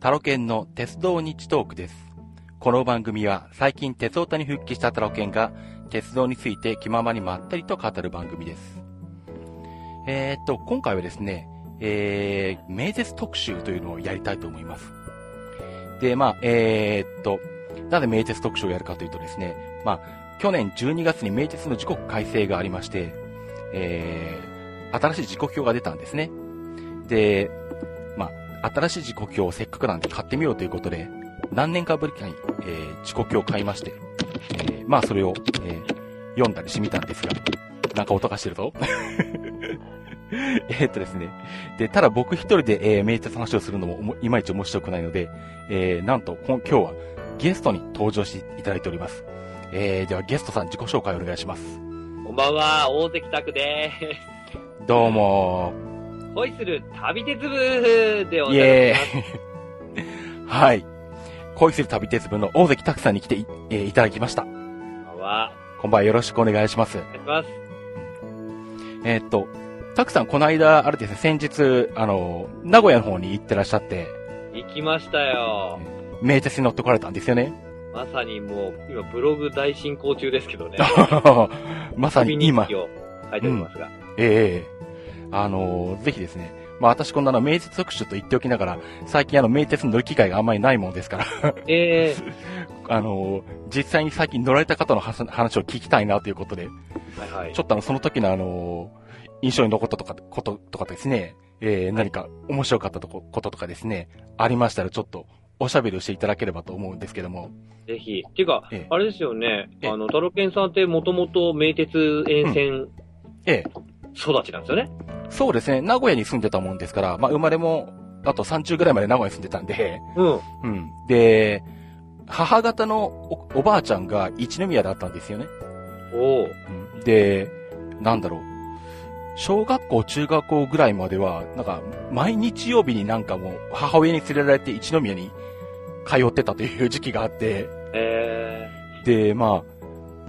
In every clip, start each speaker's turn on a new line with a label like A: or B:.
A: タロケンの鉄道日トークです。この番組は最近鉄オタに復帰したタロケンが鉄道について気ままにまったりと語る番組です。えーっと、今回はですね、えー、名鉄特集というのをやりたいと思います。で、まあ、えーっと、なぜ名鉄特集をやるかというとですね、まあ、去年12月に名鉄の時刻改正がありまして、えー、新しい時刻表が出たんですね。で、まあ、新しい時刻表をせっかくなんで買ってみようということで、何年かぶりかに、えー、時刻表を買いまして、えー、まあ、それを、えー、読んだりしてみたんですが、なんか音がしてるぞ。 えーっとですね。で、ただ僕一人で、えー、名鉄の話をするのもおもいまいち面白くないので、えー、なんと、こん今日はゲストに登場していただいております。えー、ではゲストさん自己紹介お願いします。
B: こんばんは、大関拓で
A: どうも
B: す。 恋する旅鉄部でお
A: ー、イ
B: 願い
A: エ
B: します。
A: ーイはい。恋する旅鉄部の大関拓さんに来てい,、えーいただきました。
B: こんばんは。
A: こんばんはよろしくお願いします。
B: お願いします。
A: えーっと、拓さんこの間、あれですね、先日、あの、名古屋の方に行ってらっしゃって、
B: 行きましたよ。
A: 名鉄に乗ってこられたんですよね。
B: まさにもう、今ブログ大進行中です けどね。
A: まさに今
B: 旅日記、を書いておりますが。
A: ええあのーぜひですね、まあ私こんなの名鉄特集と言っておきながら、最近あの名鉄に乗る機会があんまりないもんですから、
B: ええ
A: あのー実際に最近乗られた方の話話を聞きたいなということで、
B: はいはい
A: ち。ょっとあの、その時のあのー印象に残ったとか、こととかですね、えー何か面白かったとこ、こととかですね、ありましたらちょっとおしゃべりをしていただければと思うんですけども、
B: ぜひ。っていうか、
A: ええ
B: あれですよね。
A: ええ
B: あの、タロケンさんってもともと名鉄沿線
A: ええ、
B: 育ちなんですよね。
A: そうですね、名古屋に住んでたもんですから、まあ生まれも、あと30ぐらいまで名古屋に住んでたんで、
B: うん。
A: うん。で、母方のおおばあちゃんが一宮だったんですよね。
B: おう
A: うんで、なんだろう。小学校、中学校ぐらいまでは、なんか、毎日曜日になんかもう、母親に連れられて一宮に通ってたという時期があって、
B: ええ
A: で、ま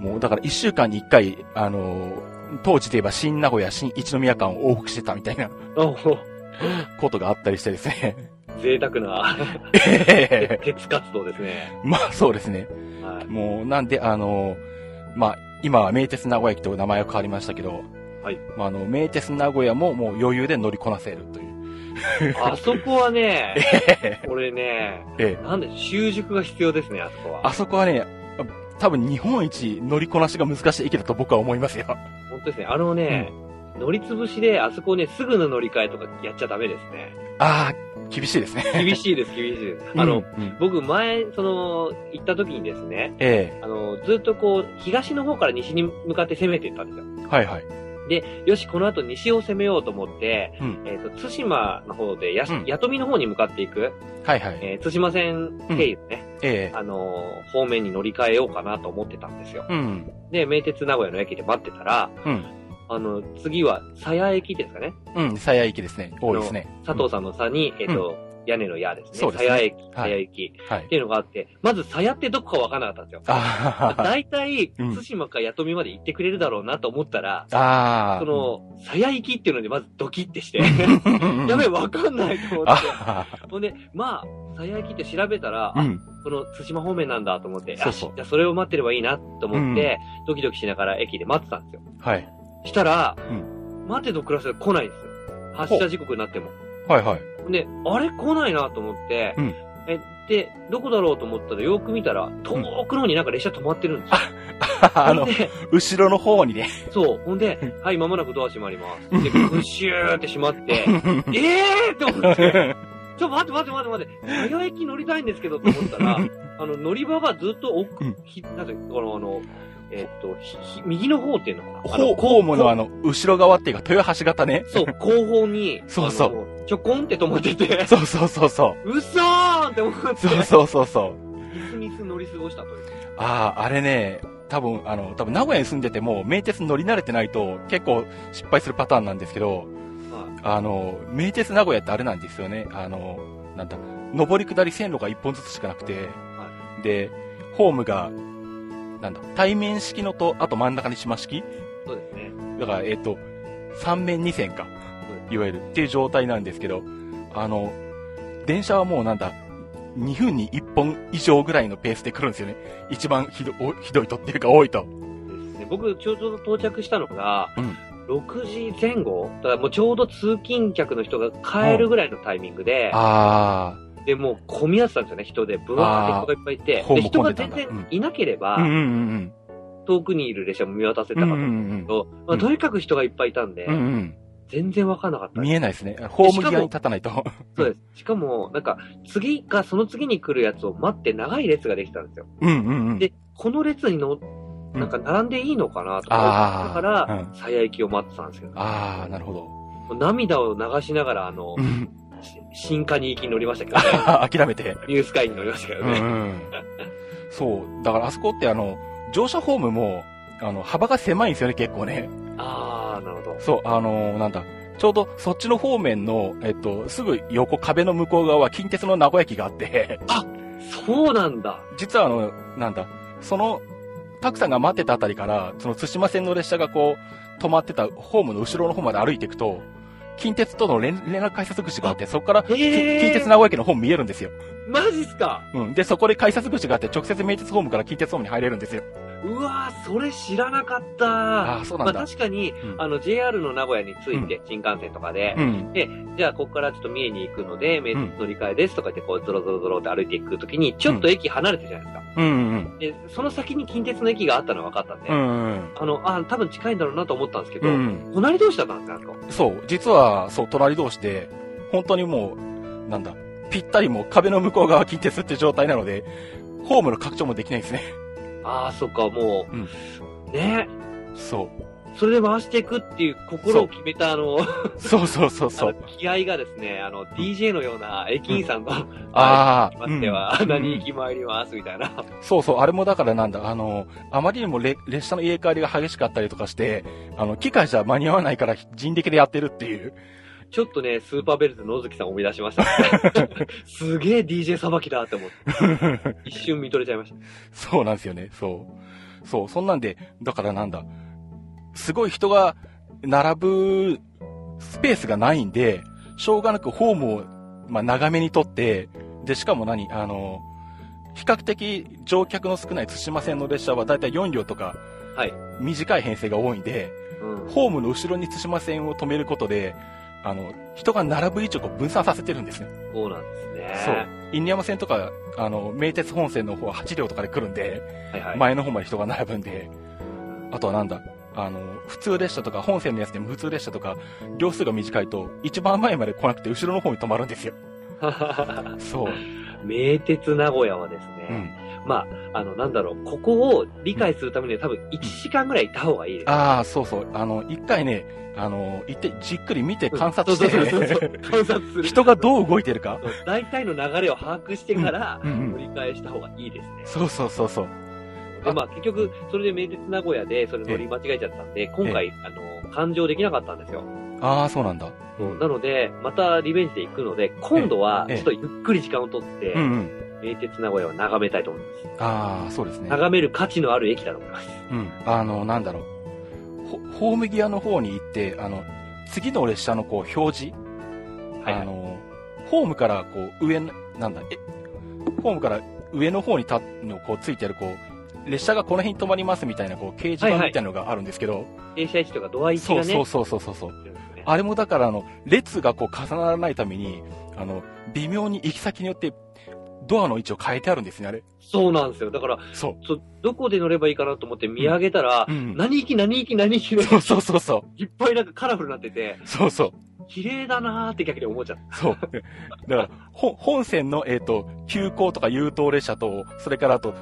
A: あ、もうだから一週間に一回、あのー当時で言えば新名古屋、新一宮間を往復してたみたいな
B: おう
A: ことがあったりしてですね。
B: 贅沢な
A: ええ
B: 鉄活動ですね。
A: まあそうですね。
B: はい。
A: もう、なんで、あの、まあ、今は名鉄名古屋駅と名前が変わりましたけど、
B: はい。
A: まあ、あの、名鉄名古屋ももう余裕で乗りこなせるという。
B: あそこはね、 俺ね、
A: ええ。
B: なんで、習熟が必要ですね、あそこは。
A: あそこはね、多分日本一乗りこなしが難しい駅だと僕は思いますよ。
B: 本当ですね。あのね、乗りつぶしで、あそこね、すぐの乗り換えとかやっちゃダメですね。
A: ああ、厳しいですね。
B: 厳しいです、厳しいです。 あの、
A: うんうん
B: 僕前、その、行った時にですね、
A: え
B: あの、ずっとこう、東の方から西に向かって攻めていったんですよ。
A: えはいはい。
B: よし、この後西を攻めようと思って、
A: うん
B: えっ、と、津島の方で、やし
A: うん、
B: やとみの方に向かっていく、
A: はいはい。
B: えー津島線経由でね、
A: ええ
B: あの、方面に乗り換えようかなと思ってたんですよ。
A: うん。
B: で、名鉄名古屋の駅で待ってたら、
A: うん。
B: あの、次は、鞘駅ですかね。
A: うん。鞘屋駅ですね。多いですね。
B: 佐藤さんの差に、えっ、と、屋根の矢ですね。
A: そうですね
B: 鞘駅、
A: は
B: 鞘
A: い
B: 駅、
A: はい
B: って。いうのがあって、まず鞘ってどこかわからなかったんですよ。
A: ああ、
B: 大体、
A: うん
B: 対馬か弥富まで行ってくれるだろうなと思ったら、
A: ああ。
B: その、鞘行きっていうのでまずドキってして、
A: うん、
B: やべえ、わかんないと思って。
A: あ
B: ほんで、まあ、鞘行きって調べたら、
A: あ、う
B: あ、
A: ん。
B: この対馬方面なんだと思って、
A: そうそう
B: よしじゃあそれを待ってればいいなと思って、ドキドキしながら駅で待ってたんですよ。
A: はい。
B: したら、
A: う
B: 待てど暮らせど来ないんですよ。発車時刻になっても。
A: はいはい。
B: で、あれ来ないなと思って、
A: うん
B: え、で、どこだろうと思ったら、よく見たら、遠くの方になんか列車止まってるんですよ。
A: あの
B: ほん、で、
A: 後ろの方にね。
B: そう、ほんで、はい、まもなくドア閉まります。で、ぐしゅーって閉まって、えーって思って、ちょ、待って待って待って待って、早駅乗りたいんですけどと思ったら、あの、乗り場がずっと奥、
A: うん
B: ひ、なんて、あの、あの、えっと、ひ、ひ右の方っていうのかなあ
A: ホ
B: の
A: ホームのあの、後ろ側っていうか、豊橋型ね。
B: そう、後方に、
A: そうそう
B: あの。ちょこんって止まってて、
A: そうそうそうそう。
B: うそーって思って、
A: そうそうそうそう。
B: 椅子に椅子乗り過ごしたという。
A: ああ、あれね、多分、あの、多分名古屋に住んでても、名鉄に乗り慣れてないと、結構失敗するパターンなんですけど、
B: はい
A: あの、名鉄名古屋ってあれなんですよね。あの、なんだ、上り下り線路が一本ずつしかなくて、で、ホームが、なんだ、対面式のと、あと真ん中に島式
B: そうですね。
A: だから、えっ、と、三面二線か。いわゆる。っていう状態なんですけど、あの、電車はもうなんだ、 2分に1本以上ぐらいのペースで来るんですよね。一番ひどおひどいとっていうか多いと。
B: ですね。僕、ちょうど到着したのが、
A: うん
B: 6時前後だからもうちょうど通勤客の人が帰るぐらいのタイミングで、
A: あ
B: で、もう混み合ってたんですよね、人で。ブワーって人がいっぱいい
A: ホ
B: て。
A: ー
B: で、
A: ム混
B: 人
A: んで
B: が
A: たん
B: 全
A: だ
B: 然いなければ、
A: あ。うんうんうん
B: 遠くにいる列車も見渡せ
A: う
B: た
A: ん。うん
B: かっ
A: う
B: たんです
A: ん
B: けど、ま
A: う
B: あ、
A: ん
B: とにかく人がいっぱいいたんで、
A: うん。うんうん。
B: 全然わかんなかった。
A: 見えないですね。ホーム際に立たないと。
B: そうです。しかも、なんか、次かその次に来るやつを待って長い列ができたんですよ。
A: うんうんうん。
B: で、この列にの、
A: うん
B: なんか並んでいいのかなと
A: あ
B: か
A: ー、
B: だか
A: う
B: ら、さや行きを待ってたんですけど、
A: ああ、なるほど。
B: もう涙を流しながら、あの
A: う、ん
B: し新化に行き乗りましたけど、ね、
A: あ 諦めて。
B: ニュース会に乗りましたけど
A: うんう
B: ね。
A: ん。そう。だからあそこってあの、乗車ホームも、あの、幅が狭いんですよね、結構ね。
B: あー、なるほど。
A: そう、あのーなんだ。ちょうどそっちの方面の、えっと、すぐ横壁の向こう側は近鉄の名古屋駅があって、
B: そうなんだ。
A: 実はあの、なんだ、その、たくさんが待ってたあたりから、その津島線の列車がこう、止まってたホームの後ろの方まで歩いていくと、近鉄との連連絡改札口があって、そこから、
B: へ
A: き
B: ー
A: 近鉄名古屋駅のホーム見えるんですよ。
B: マジっすか
A: うん。で、そこで改札口があって、直接名鉄ホームから近鉄ホームに入れるんですよ。
B: うわー、それ知らなかった
A: ああ、そうなん
B: まあ
A: だ。
B: 確かに、
A: うん
B: あの、JR の名古屋について、新幹線とかで、
A: うん。
B: じゃあ、ここからちょっと三重に行くので、名鉄
A: うん
B: 乗り換えですとか言って、こう、ゾロゾロゾロって歩いていくときに、ちょっと駅離れてるじゃないですか。
A: うんうん
B: で、その先に近鉄の駅があったのは分かったんで、
A: うん。うん
B: あの、あ、多分近いんだろうなと思ったんですけ
A: う
B: ど、
A: ん。うん。
B: 隣同士だったんですよ、なんか。
A: そう、実は、そう、隣同士で、本当にもう、なんだ、ぴったりもう壁の向こう側近鉄って状態なので、ホームの拡張もできないんですね。
B: ああ、そっか、もう、
A: うん
B: ね、
A: そう。
B: それで回していくっていう心を決めた、あの、
A: そうそうそうそ
B: あの
A: う。
B: 気合がですね、あの、DJ のような駅員さんの、
A: ああ、
B: ましては、
A: うん
B: 何行き参ります、みたいな。
A: そうそう、あれもだからなんだ、あの、あまりにもれ列車の入れ替わりが激しかったりとかして、あの、機械じゃ間に合わないから人力でやってるっていう。
B: ちょっとね、スーパーベルズの野月さんを思い出し ました。すげえ DJ さばきだって思って。 一瞬見とれちゃいました。
A: そうなんですよね。そう。そう、そんなんで、だからなんだ、すごい人が並ぶスペースがないんで、しょうがなくホームを、まあ、長めにとって、で、しかも何あの、比較的乗客の少ない津島線の列車はだいたい4両とか、
B: はい
A: 短い編成が多いんで、
B: うん。
A: ホームの後ろに津島線を止めることで、あの、人が並ぶ位置をこう分散させてるんですね。
B: そうなんですね。
A: そう。犬山線とか、あの、名鉄本線の方は8両とかで来るんで、
B: はいはい。
A: 前の方まで人が並ぶんで、あとはなんだ、あの、普通列車とか、本線のやつでも普通列車とか、両数が短いと、一番前まで来なくて、後ろの方に止まるんですよ。そう。
B: 名鉄名古屋はです
A: う
B: ね、
A: ん。
B: まあ、あの、なんだろう、ここを理解するためには多分1時間ぐらいいた方がいいです。
A: ああ、そうそう。あの、一回ね、あの、行って、じっくり見て観察し
B: そうそうそうそ
A: て、
B: う観察する。
A: 人がどう動いてるか。
B: そう大体の流れを把握してから、
A: うんうん
B: 繰り返した方がいいですね。
A: そうそうそうそう。
B: で、まあ、結局、それで名鉄名古屋で、それ乗り間違えちゃったんで、今回、あの、勘定できなかったんですよ。
A: ああ、そうなんだ。
B: そうなので、またリベンジで行くので、今度は、
A: ええ
B: ちょっとゆっくり時間をとって
A: うん、うん。
B: 名鉄名古屋を眺めたいと思います。
A: ああ、そうですね。
B: 眺める価値のある駅だと思います。
A: うん、あの、なんだろう。ほホーム際の方に行って、あの、次の列車のこう、表示。
B: はいはい
A: あの、ホームからこう、上の、なんだ、え、ホームから上の方にたのこう、ついてるこう、列車がこの辺に止まりますみたいな、こう、掲示板
B: はいはい
A: みたいなのがあるんですけど、
B: 停車位置とかドア位置
A: そ
B: が
A: う
B: ね、
A: そうそうそうそうそう。
B: ね
A: あれもだから、あの、列がこう、重ならないために、あの、微妙に行き先によって、ドアの位置を変えてあるんですね、あれ。
B: そうなんですよ。だから、
A: そう。
B: そうどこで乗ればいいかなと思って見上げたら、
A: うん。
B: 何駅何駅何駅の
A: そうそうそうそう。
B: いっぱいなんかカラフルになってて、
A: そうそう。
B: 綺麗だなーって逆に思っちゃった。
A: そう。 だから、ほ本線の、えっ、と、急行とか優等列車と、それからあと、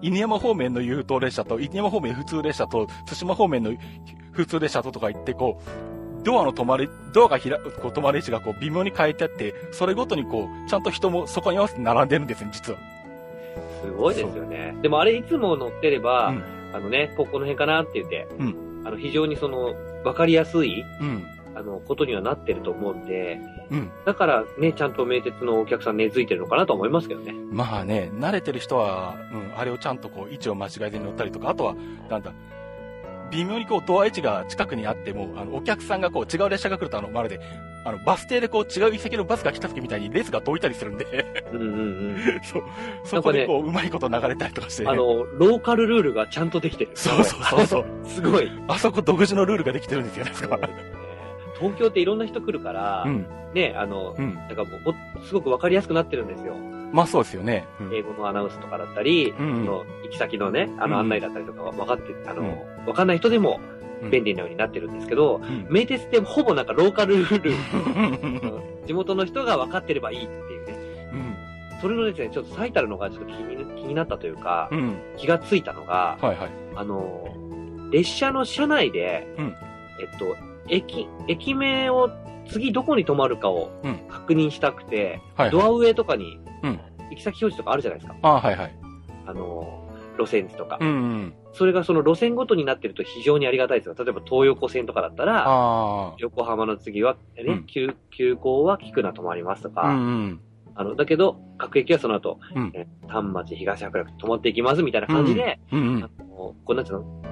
A: 犬山方面の優等列車と、犬山方面普通列車と、津島方面の普通列車ととか行って、こう、ドアの止まり、ドアがひら、こう止まる位置がこう微妙に変えてあって、それごとにこう、ちゃんと人もそこに合わせて並んでるんですね、実は。
B: すごいですよね。でもあれいつも乗ってれば、
A: うん
B: あのね、ここの辺かなって言って、
A: う
B: あの非常にその、わかりやすい、
A: うん。
B: あの、ことにはなってると思うんで、
A: うん。
B: だからね、ちゃんと名鉄のお客さん根付いてるのかなと思いますけどね。
A: まあね、慣れてる人は、うん、あれをちゃんとこう、位置を間違えずに乗ったりとか、あとは、なんだ、微妙にこう、ドア位置が近くにあっても、あの、お客さんがこう、違う列車が来ると、あの、まるで、あの、バス停でこう違う行き先のバスが来た時みたいに列が遠いたりするんで、
B: うんうんうん。
A: そう、そこでこう、うまいこと流れたりとかして、
B: あの、ローカルルールがちゃんとできてる。
A: そうそうそうそう。
B: すごい。
A: あそこ独自のルールができてるんですよね、そこは
B: 東京っていろんな人来るから、
A: うん。
B: ね、あの、
A: うん。
B: だからもうぼ、すごくわかりやすくなってるんですよ。
A: まあそうですよね。うん
B: 英語のアナウンスとかだったり、
A: うんうん
B: その行き先のね、あ
A: う
B: の
A: ん
B: 案内だったりとかは分かって、あ
A: う
B: の、分かんない人でも
A: うん
B: 便利なようになってるんですけど、
A: うん
B: 名鉄ってほぼなんかローカルルール、
A: うん
B: 地元の人が分かってればいいっていうね。それのですね、ちょっと最たるのがちょっと気に気になったというか、
A: うん。うん。
B: 気がついたのが、
A: はいはい。
B: あの、列車の車内で、
A: うん
B: えっと、駅、駅名を次どこに止まるかを
A: うん
B: 確認したくて、
A: はいはい。
B: ドア上とかに、
A: うん
B: 行き先表示とかあるじゃないですか。
A: あはいはい。
B: あの、路線図とか。
A: うんうん。
B: それがその路線ごとになってると非常にありがたいですよ。例えば東横線とかだったら、
A: あ
B: 横浜の次は、ね、
A: うん
B: 急、急行は菊名止まりますと
A: あ。
B: か、
A: うんうん。
B: あの、だけど、各駅はその後、
A: うん
B: え丹町、東白楽止まっていきますみたいな感じで、
A: うんうん
B: あ。のこうなんていうの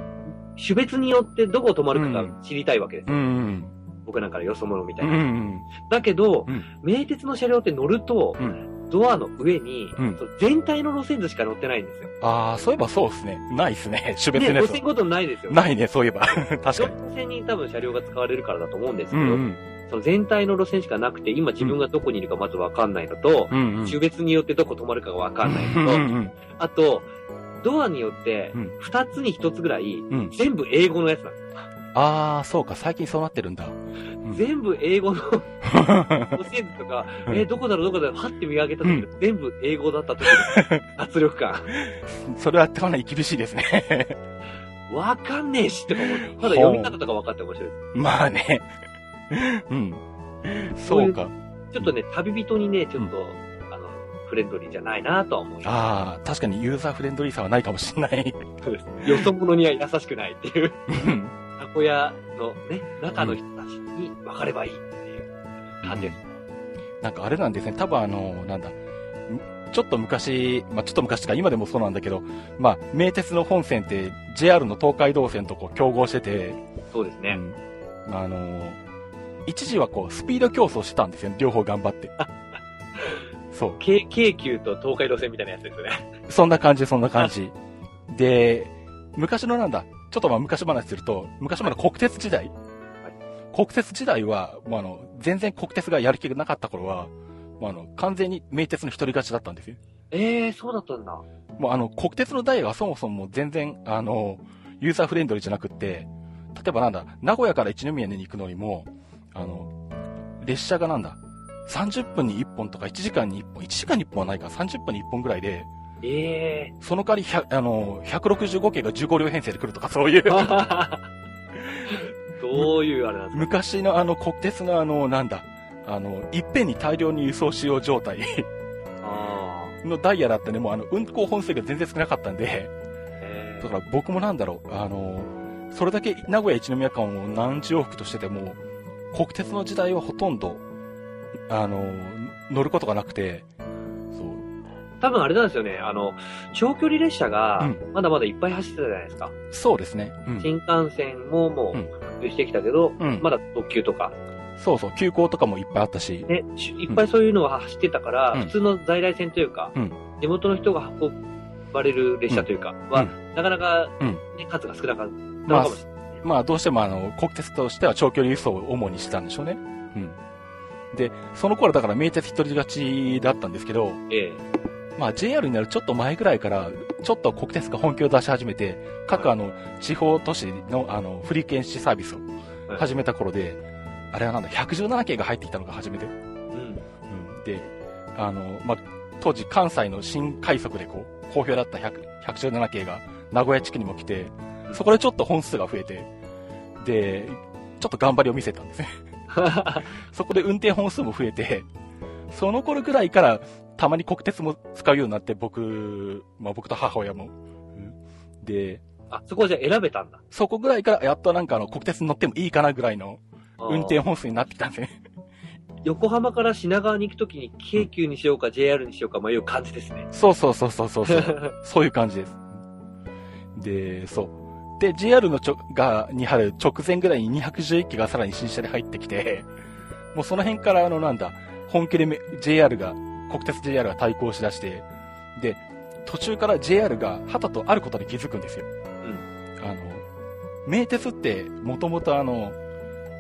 B: 種別によってどこを止まるかが知りたいわけです
A: う
B: よ。
A: んうん。
B: 僕なんかのよそ者みた
A: う
B: い
A: ん
B: な。
A: うん。
B: だけど、
A: うん
B: 名鉄の車両って乗ると、
A: うん
B: ドアの上に、
A: うん
B: その全体の路線図しか乗ってないんですよ。
A: ああ、そういえばそうですね。ないですね。種別
B: ね、
A: のや
B: 路
A: つ。
B: 線ごとないですよね。
A: ないね、そういえば。 確か
B: 路
A: に。
B: 線に多分車両が使われるからだと思うんで
A: う
B: すけど、
A: んうん。
B: その全体の路線しかなくて、今自分がどこにいるかまずわかんないのと、
A: うんうん。
B: 種別によってどこ止まるかがわかんないのと、
A: うんうん。
B: あと、ドアによって
A: うん、
B: 二つに一つぐらい、
A: うん。
B: 全部英語のやつなんです。
A: ああ、そうか、最近そうなってるんだ。 うん
B: 全部英語の路線図とか、
A: うん
B: え、どこだろうどこだろう、はって見上げた時、全部英語だった時の 圧力感。
A: それはやってかなり厳しいですね。
B: わかんねえし、とか思って。ただ読み方とか分かって面白いです。
A: まあね。うん。そうか。
B: ちょっとね、旅人にね、ちょっと、あの、フレンドリーじゃないなとは思いま
A: ああ、確かにユーザーフレンドリーさはないかもしれない。
B: す。そうです。よそ者には優しくないっていう。
A: うん
B: タコ屋のね、中の人たちに分かればいいっていう感じです。
A: なんかあれなんですね。多分あの、なんだ。んちょっと昔、まあちょっと昔とか今でもそうなんだけど、まあ名鉄の本線って JR の東海道線とこう競合してて、
B: そうですね。
A: うんあのー一時はこう、スピード競争してたんですよ。両方頑張って。そう。
B: 京京急と東海道線みたいなやつですよね。
A: そんな感じ、そんな感じ。で、昔のなんだ、ちょっとまあ昔話すると、昔まで国鉄時代。国鉄時代は、もうあの、全然国鉄がやる気がなかった頃は、もうあの、完全に名鉄の一人勝ちだったんですよ。
B: ええー、そうだったんだ。
A: もうあの、国鉄のダイヤがそもそも全然、あの、ユーザーフレンドリーじゃなくって、例えばなんだ、名古屋から一宮に行くのにも、あの、列車がなんだ、30分に1本とか1時間に1本、1時間に1本はないか、30分に1本ぐらいで、
B: ええ
A: その代わり100、あの、165系が15両編成で来るとか、そういう、
B: ー。 どういうあれなんですか
A: 昔のあの、国鉄のあの、なんだ、あの、いっぺんに大量に輸送使用状態
B: あー
A: のダイヤだったね、もうあの、運行本数が全然少なかったんで、
B: え
A: だから僕もなんだろう、あの、それだけ名古屋一宮間を何十往復としてても、国鉄の時代はほとんど、あの、乗ることがなくて、そう、
B: ー多分あれなんですよね。あの、長距離列車
A: う
B: が
A: ん、
B: まだまだいっぱい走ってたじゃないですか。
A: そうですね。うん。
B: 新幹線ももう
A: うん、
B: 普及してきたけど、
A: うん
B: まだ特急とか、
A: そうそう、急行とかもいっぱいあったし、
B: ね、しいっぱいそういうのが走ってたから、
A: うん
B: 普通の在来線というか、
A: うん
B: 地元の人が運ばれる列車というか、は、なかなか、
A: う
B: ね
A: ん
B: 数が少なかったの
A: まあ
B: かもしれない。
A: まあどうしてもあの、国鉄としては長距離輸送を主にしてたんでしょうね。うん。で、その頃はだから名鉄一人勝ちだったんですけど、
B: ええ
A: まあ JR になるちょっと前ぐらいから、ちょっと国鉄が本気を出し始めて、各
B: は
A: あの、地方都市のあの、フリーケンシーサービスを
B: はい
A: 始めた頃で、あれはなんだ、117系が入ってきたのが初めて。う
B: うん。
A: ん。で、あの、まあ、当時関西の新快速でこう、好評だった100 117系が名古屋地区にも来て、そこでちょっと本数が増えて、で、ちょっと頑張りを見せたんですね。そこで運転本数も増えて、その頃ぐらいから、たまに国鉄も使うようになって、僕、まあ僕と母親も。うんで、
B: あ、そこはじゃあ選べたんだ。
A: そこぐらいから、やっとなんかあの、国鉄に乗ってもいいかなぐらいの
B: あー
A: 運転本数になってきたんですね。
B: 横浜から品川に行くときに、京急にしようか JR にしようか迷う感 じですね。
A: そうそうそうそうそうそう。そういう感じです。で、そう。で、JR のちょが、に入る直前ぐらいに211機がさらに新車で入ってきて、もうその辺から、あの、なんだ、本気でめ JR が、国鉄 JR が対抗しだして、で、途中から JR が旗とあることに気づくんですよ。あの、名鉄って、もともとあの、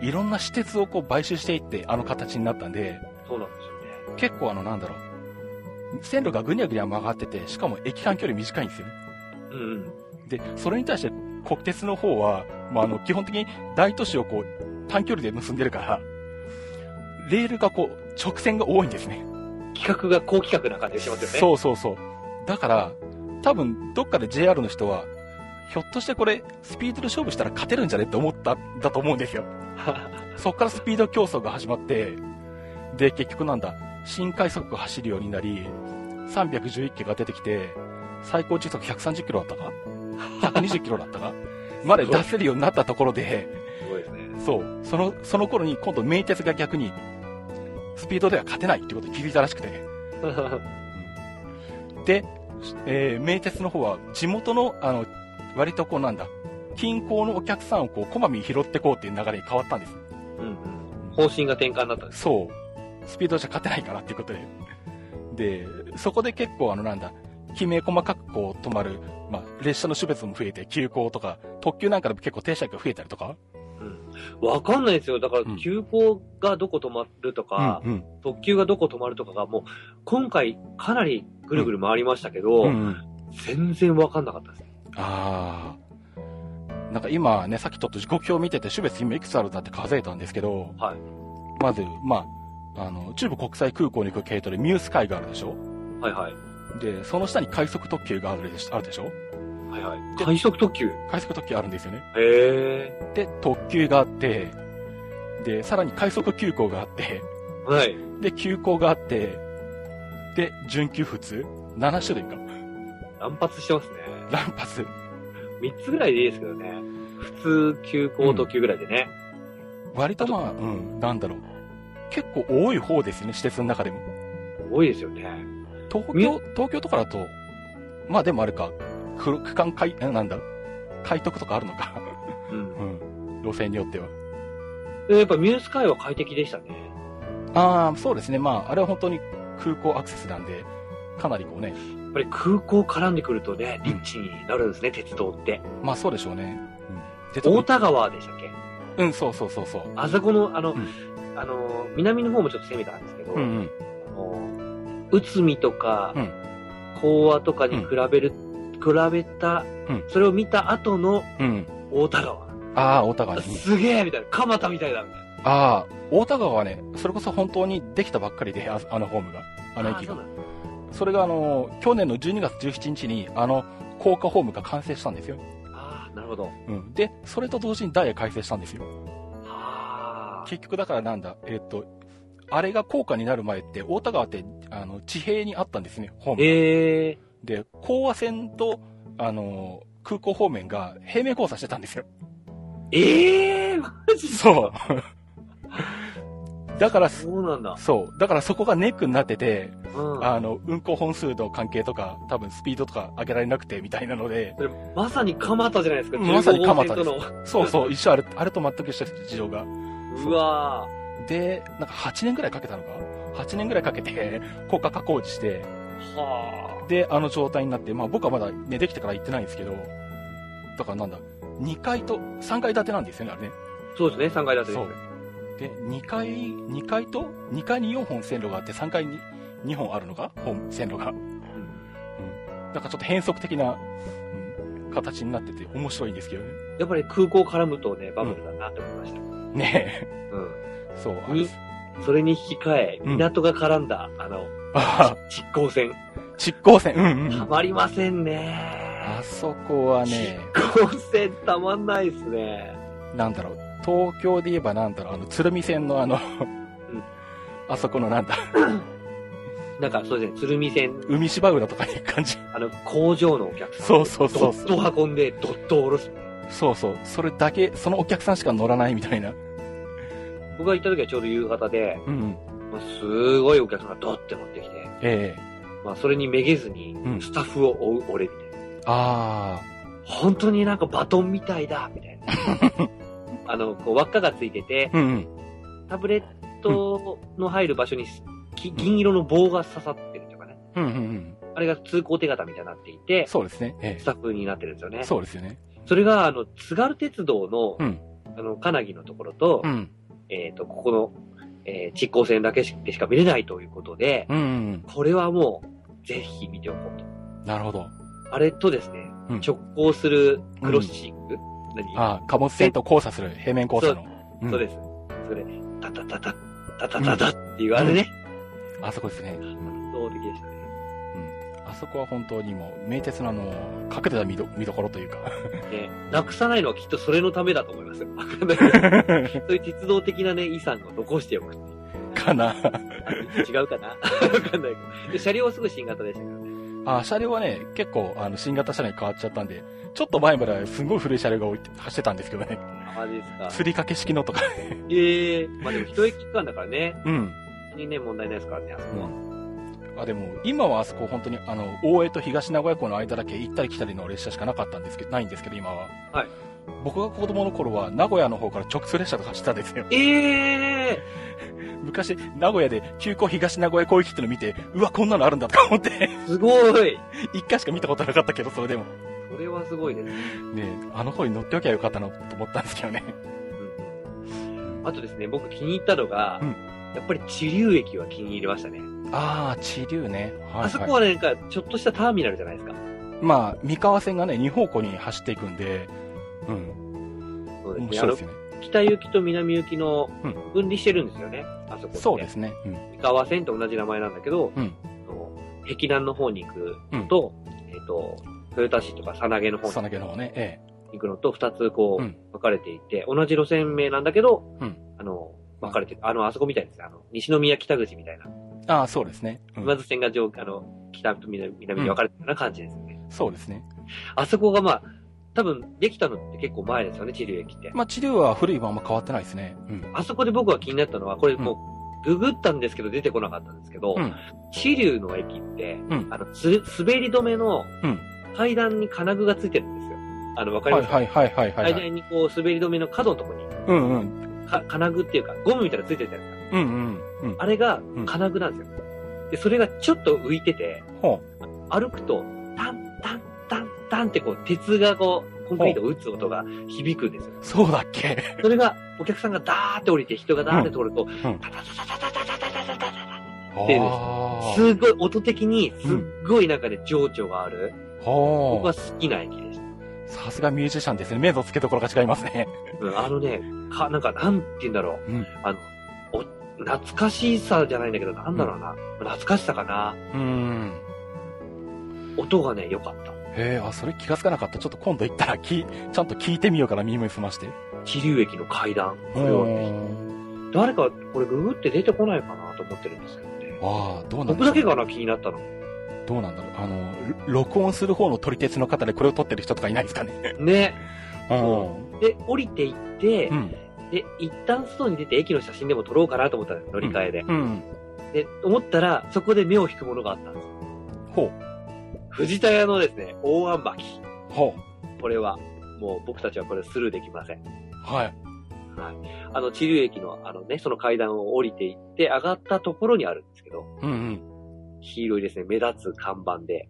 A: いろんな私鉄をこう買収していって、あの形になったんで、
B: そうなんですよね。
A: 結構あの、なんだろう、線路がぐにゃぐにゃ曲がってて、しかも駅間距離短いんですよ。
B: うんうん。
A: で、それに対して国鉄の方は、まあ、あの、基本的に大都市をこう、短距離で結んでるから、レールがこう、直線が多いんですね。
B: 企画が高企画な感じがしますよね。
A: そうそうそう。だから、多分、どっかで JR の人は、ひょっとしてこれ、スピードで勝負したら勝てるんじゃねって思った、だと思うんですよ。そっからスピード競争が始まって、で、結局なんだ、新快速が走るようになり、311系が出てきて、最高時速130キロだったか ?120 キロだったかまで出せるようになったところで、
B: すごいで すね。
A: そう、その、その頃に今度名鉄が逆に、スピードでは勝てないってことに気づいたらしくて、で、えー名鉄の方は地元の、あの、割とこうなんだ、近郊のお客さんをこう、こまめに拾ってこうっていう流れに変わったんです。
B: うんうん。方針が転換だったんです。
A: そう。スピードじゃ勝てないからっていうことで。で、そこで結構あのなんだ、きめ細かくこう止まる、まあ、列車の種別も増えて、急行とか、特急なんかでも結構停車駅が増えたりとか。
B: わかんないですよ。だから
A: うん、
B: 急行がどこ止まるとか、
A: うん
B: 特急がどこ止まるとかが、もう、今回かなりぐるぐる回りましたけど、
A: うん。うんうん。
B: 全然わかんなかったです。
A: あー。なんか今ね、さっきちょっと時刻表見てて、種別今いくつあるんだって数えたんですけど、
B: はい。
A: まず、まあ、あの、中部国際空港に行く系統でミュース海があるでしょ
B: はいはい。
A: で、その下に快速特急があるでしょあるでしょ
B: はいはい。
A: で
B: 快速特急。へ
A: 快速特急あるんですよね。
B: え。
A: で、特急があって、で、さらに快速急行があって、
B: はい。
A: で、急行があって、で、準急普通 ?7 種類か。
B: 乱発してますね。
A: 乱発。
B: 3つぐらいでいいですけどね。普通、急行、特急ぐらいでね。
A: 割とまあ、うん、なんだろう。結構多い方ですね、施設の中でも。
B: 多いですよね。
A: 東
B: み
A: 京、東京とかだと、まあでもあれか、区区間開、えなんだ開拓とかあるのか。
B: うん
A: う。ん。路線によっては。
B: でやっぱミュース会は快適でしたね。
A: ああ、そうですね。まあ、あれは本当に空港アクセスなんで、かなりこうね。
B: やっぱり空港絡んでくるとね、リッチになるんですね、鉄道って。
A: まあそうでしょうね。で
B: 大田川でしたっけ
A: うん、そうそうそうそう。
B: あそこの、あの、
A: うん
B: あの、南の方もちょっと攻めたんですけど、
A: うんうん。
B: あの、内海とか
A: うん、
B: 講和とかに比べる、比べた、
A: うん
B: それを見た後の
A: うん。
B: 大田川。
A: ああ、大田川に。
B: すげえみたいな、蒲田みたいだみたいな。
A: ああ、大田川はね、それこそ本当にできたばっかりで、ああのホームが、あの駅
B: あ
A: が
B: そう。なんだ
A: それがあの、去年の12月17日に、あの、高架ホームが完成したんですよ。
B: あーなるほど。
A: うん。で、それと同時にダイヤ改正したんですよ。
B: あー
A: 結局だからなんだ、えっと、あれが高架になる前って、大田川って、あの、地平にあったんですね、ホームが。
B: ええ
A: で、高和線と、あの、空港方面が平面交差してたんですよ。
B: ええー、マジ
A: そう。 だから、
B: そうなんだ。
A: そう。だからそこがネックになってて、
B: うん。
A: あの、運行本数の関係とか、多分スピードとか上げられなくて、みたいなので、
B: それまさに蒲田じゃないですか、
A: うんまさに蒲田です
B: 15号線と
A: そうそう、一緒ある、あれと全く一緒です、事情が。
B: の。うわ
A: で、なんか8年くらいかけたのか ?8 年くらいかけて、高架化工事して、
B: ーは
A: で、あの状態になって、まあ僕はまだね、できてから行ってないんですけど、だからなんだ、2階と、3階建てなんですよね、あれね。
B: あ。そうですね、3階建てです
A: そう。で、2階、2階と、2階に4本線路があって、3階に2本あるのか本、線路が。
B: うん
A: なんかちょっと変則的な、うん形になってて面白いんですけどね。
B: やっぱり空港絡むとね、バブルだなって思いました。うん。
A: ねえ。そう。あれ
B: に、それに引き換え、
A: うん
B: 港が絡んだ、あの、
A: あ
B: 実行線。
A: あ、執行線。うんうんう
B: た
A: ん。
B: まりません
A: あ
B: ね。
A: そこはね、
B: 実行線たまんないですね。
A: なんだろう。東京で言えばなんだろう。あの、鶴見線のあの、あそこのなんだ、
B: なんか、そうですね、鶴見線、
A: 海芝浦とかいう感じ。
B: あの、工場のお客さん。
A: そうそうそうそう。
B: ドット運んで、ドット下ろす。
A: そうそう。それだけ、そのお客さんしか乗らないみたいな。
B: 僕が行った時はちょうど夕方で、
A: うんうん。
B: まあ、すごいお客さんがドッて乗ってきて、
A: ええ
B: まあ、それにめげずに
A: う、ん
B: スタッフを追う俺みたいな。
A: あ
B: 本当になんかバト ンみたいだ、みたいな。あの、こう輪っかがついてて
A: あ。、うんうん。
B: タブレットの入る場所にき銀色の棒が刺さってるというかね。
A: うんうんうん。
B: あれが通行手形みたいになっていて、
A: そうですね。え
B: スタッフになってるんですよね
A: え。。そうですよね。
B: それが、あの、津軽鉄道の、
A: うん
B: あの、金木のところと、
A: うん。
B: えっ、と、ここの、えー、実行線だけしでしか見れないということで、
A: うんうん
B: これはもう、ぜひ見ておこうと。
A: うん。なるほど。
B: あれとですね、
A: うん
B: 直行するクロスシック、何
A: ああ、貨物船と交差する、平面交差の。うん
B: そうです。それ、タタタタ、タタタタっていうあれね、
A: あそこですね。うん
B: 圧倒的でしたね。
A: あそこは本当にもう、名鉄のあの、隠れた見ど見どころというか。
B: ね、なくさないのはきっとそれのためだと思いますよ。わかん ないけどそういう鉄道的なね、遺産を残しておくっていう。
A: かな。
B: 違うかな わかんないけど。で車両はすごい新型でしたけどね。
A: あ、車両はね、結構、あの、新型車両に変わっちゃったんで、ちょっと前まではすごい古い車両が置いて走ってたんですけどね。
B: あマジです か。
A: 釣り掛け式のとか。
B: ええまあでも一駅区間だからね。
A: うん。
B: 別にね、問題ないですからね、あそこは。
A: あでも、今はあそこ本当に、あの、大江と東名古屋港の間だけ行ったり来たりの列車しかなかったんですけど、ないんですけど、今は。
B: はい
A: 僕が子供の頃は、名古屋の方から直通列車とか走ったんですよ。
B: ええ
A: 昔、名古屋で急行東名古屋港行きっての見て、うわ、こんなのあるんだとか思って、
B: すごい
A: 一回しか見たことなかったけど、それでも。
B: それはすごいですね。
A: ねえあの頃に乗っておきゃよかったなと思ったんですけど ね。
B: うんあとですね、僕気に入ったのが、
A: うん
B: やっぱり地流駅は気に入りましたね。
A: ああ、地流ね。はい、はい。
B: あそこはね、なんか、ちょっとしたターミナルじゃないですか。
A: まあ、三河線がね、2方向に走っていくんで、うん、
B: そうです
A: 面
B: ね。あ
A: 白い
B: の
A: です、よね。
B: 北行きと南行きの
A: うん
B: 分離してるんですよね。あそこって。
A: そうですね。うん。
B: 三河線と同じ名前なんだけど、
A: うん
B: あの碧南の方に行くのと、えっ、と、豊田市とか佐なげの方に
A: 草薙の方ね、え
B: 行くのと二つこう、
A: うん
B: 分かれていて、同じ路線名なんだけど、
A: うん
B: あの、分かれてあの、あそこみたいですね。あの、西宮北口みたいな。
A: え。ああ、そうですね。うん
B: 今津線が上、あの、北と南南に分かれてるような感じですよね。
A: そうですね。
B: あそこがまあ、多分できたのって結構前ですよね、地流駅って。
A: まあ、地流は古いまま変わってないですね。うん。
B: あそこで僕が気になったのは、これもう、ググったんですけど出てこなかったんですけど、
A: うん。
B: 地流の駅って、
A: うん
B: あの、つ滑り止めの
A: うん。
B: 階段に金具がついてるんですよ。あの、わかり
A: は
B: ま
A: い
B: す、
A: はいはいはいはいはい。
B: 階段にこう、滑り止めの角のところに
A: うんうん。
B: か、金具っていうか、ゴムみたいなのついてるじゃないですか。
A: うんうん。うん。
B: あれが金具なんですよ。で、それがちょっと浮いてて、
A: ほ
B: 歩くと、タンタンタンタンってこう、鉄がこう、コンクリートを打つ音が響くんですよ。
A: う。そうだっけ
B: それが、お客さんがダーって降りて、人がダーって通ると、
A: んうん
B: タタタタタタタタタタタてるんです
A: あ
B: すごい、音的に、すっごい中で情緒がある、
A: あ。ほ
B: 僕は好きな駅でした。
A: う。さすがミュージシャンですね。目の付けどころが違いますね。
B: うん、あのね、か、なんか、なんて言うんだろう。
A: うん
B: あの、お、懐かしさじゃないんだけど、なんだろうな。懐かしさかな。
A: うん。
B: 音がね、良かった。
A: へえ、あ、それ気がつかなかった。ちょっと今度行ったら、き、ちゃんと聞いてみようかな、耳を澄まして。
B: 地流駅の階段。これをね、
A: ん。
B: 誰か、これググって出てこないかなと思ってるんですけどね。
A: ああ、どうなん
B: 僕
A: でしょ
B: だ
A: う
B: けかな、気になったの。
A: どうなんだろう。あの、ろ録音する方の撮り鉄の方でこれを撮ってる人とかいないですかね。
B: ね。
A: うん。
B: で、降りていって、
A: うん。
B: で、一旦外に出て駅の写真でも撮ろうかなと思ったんです、乗り換えで。
A: うん。
B: で、思ったら、そこで目を引くものがあったんです。
A: ほう。
B: 藤田屋のですね、大あんばき。
A: ほ
B: これは、もう僕たちはこれスルーできません。
A: う。はい。
B: あの、地流駅の、あのね、その階段を降りていって、上がったところにあるんですけど、
A: うんうん。
B: 黄色いですね、目立つ看板で、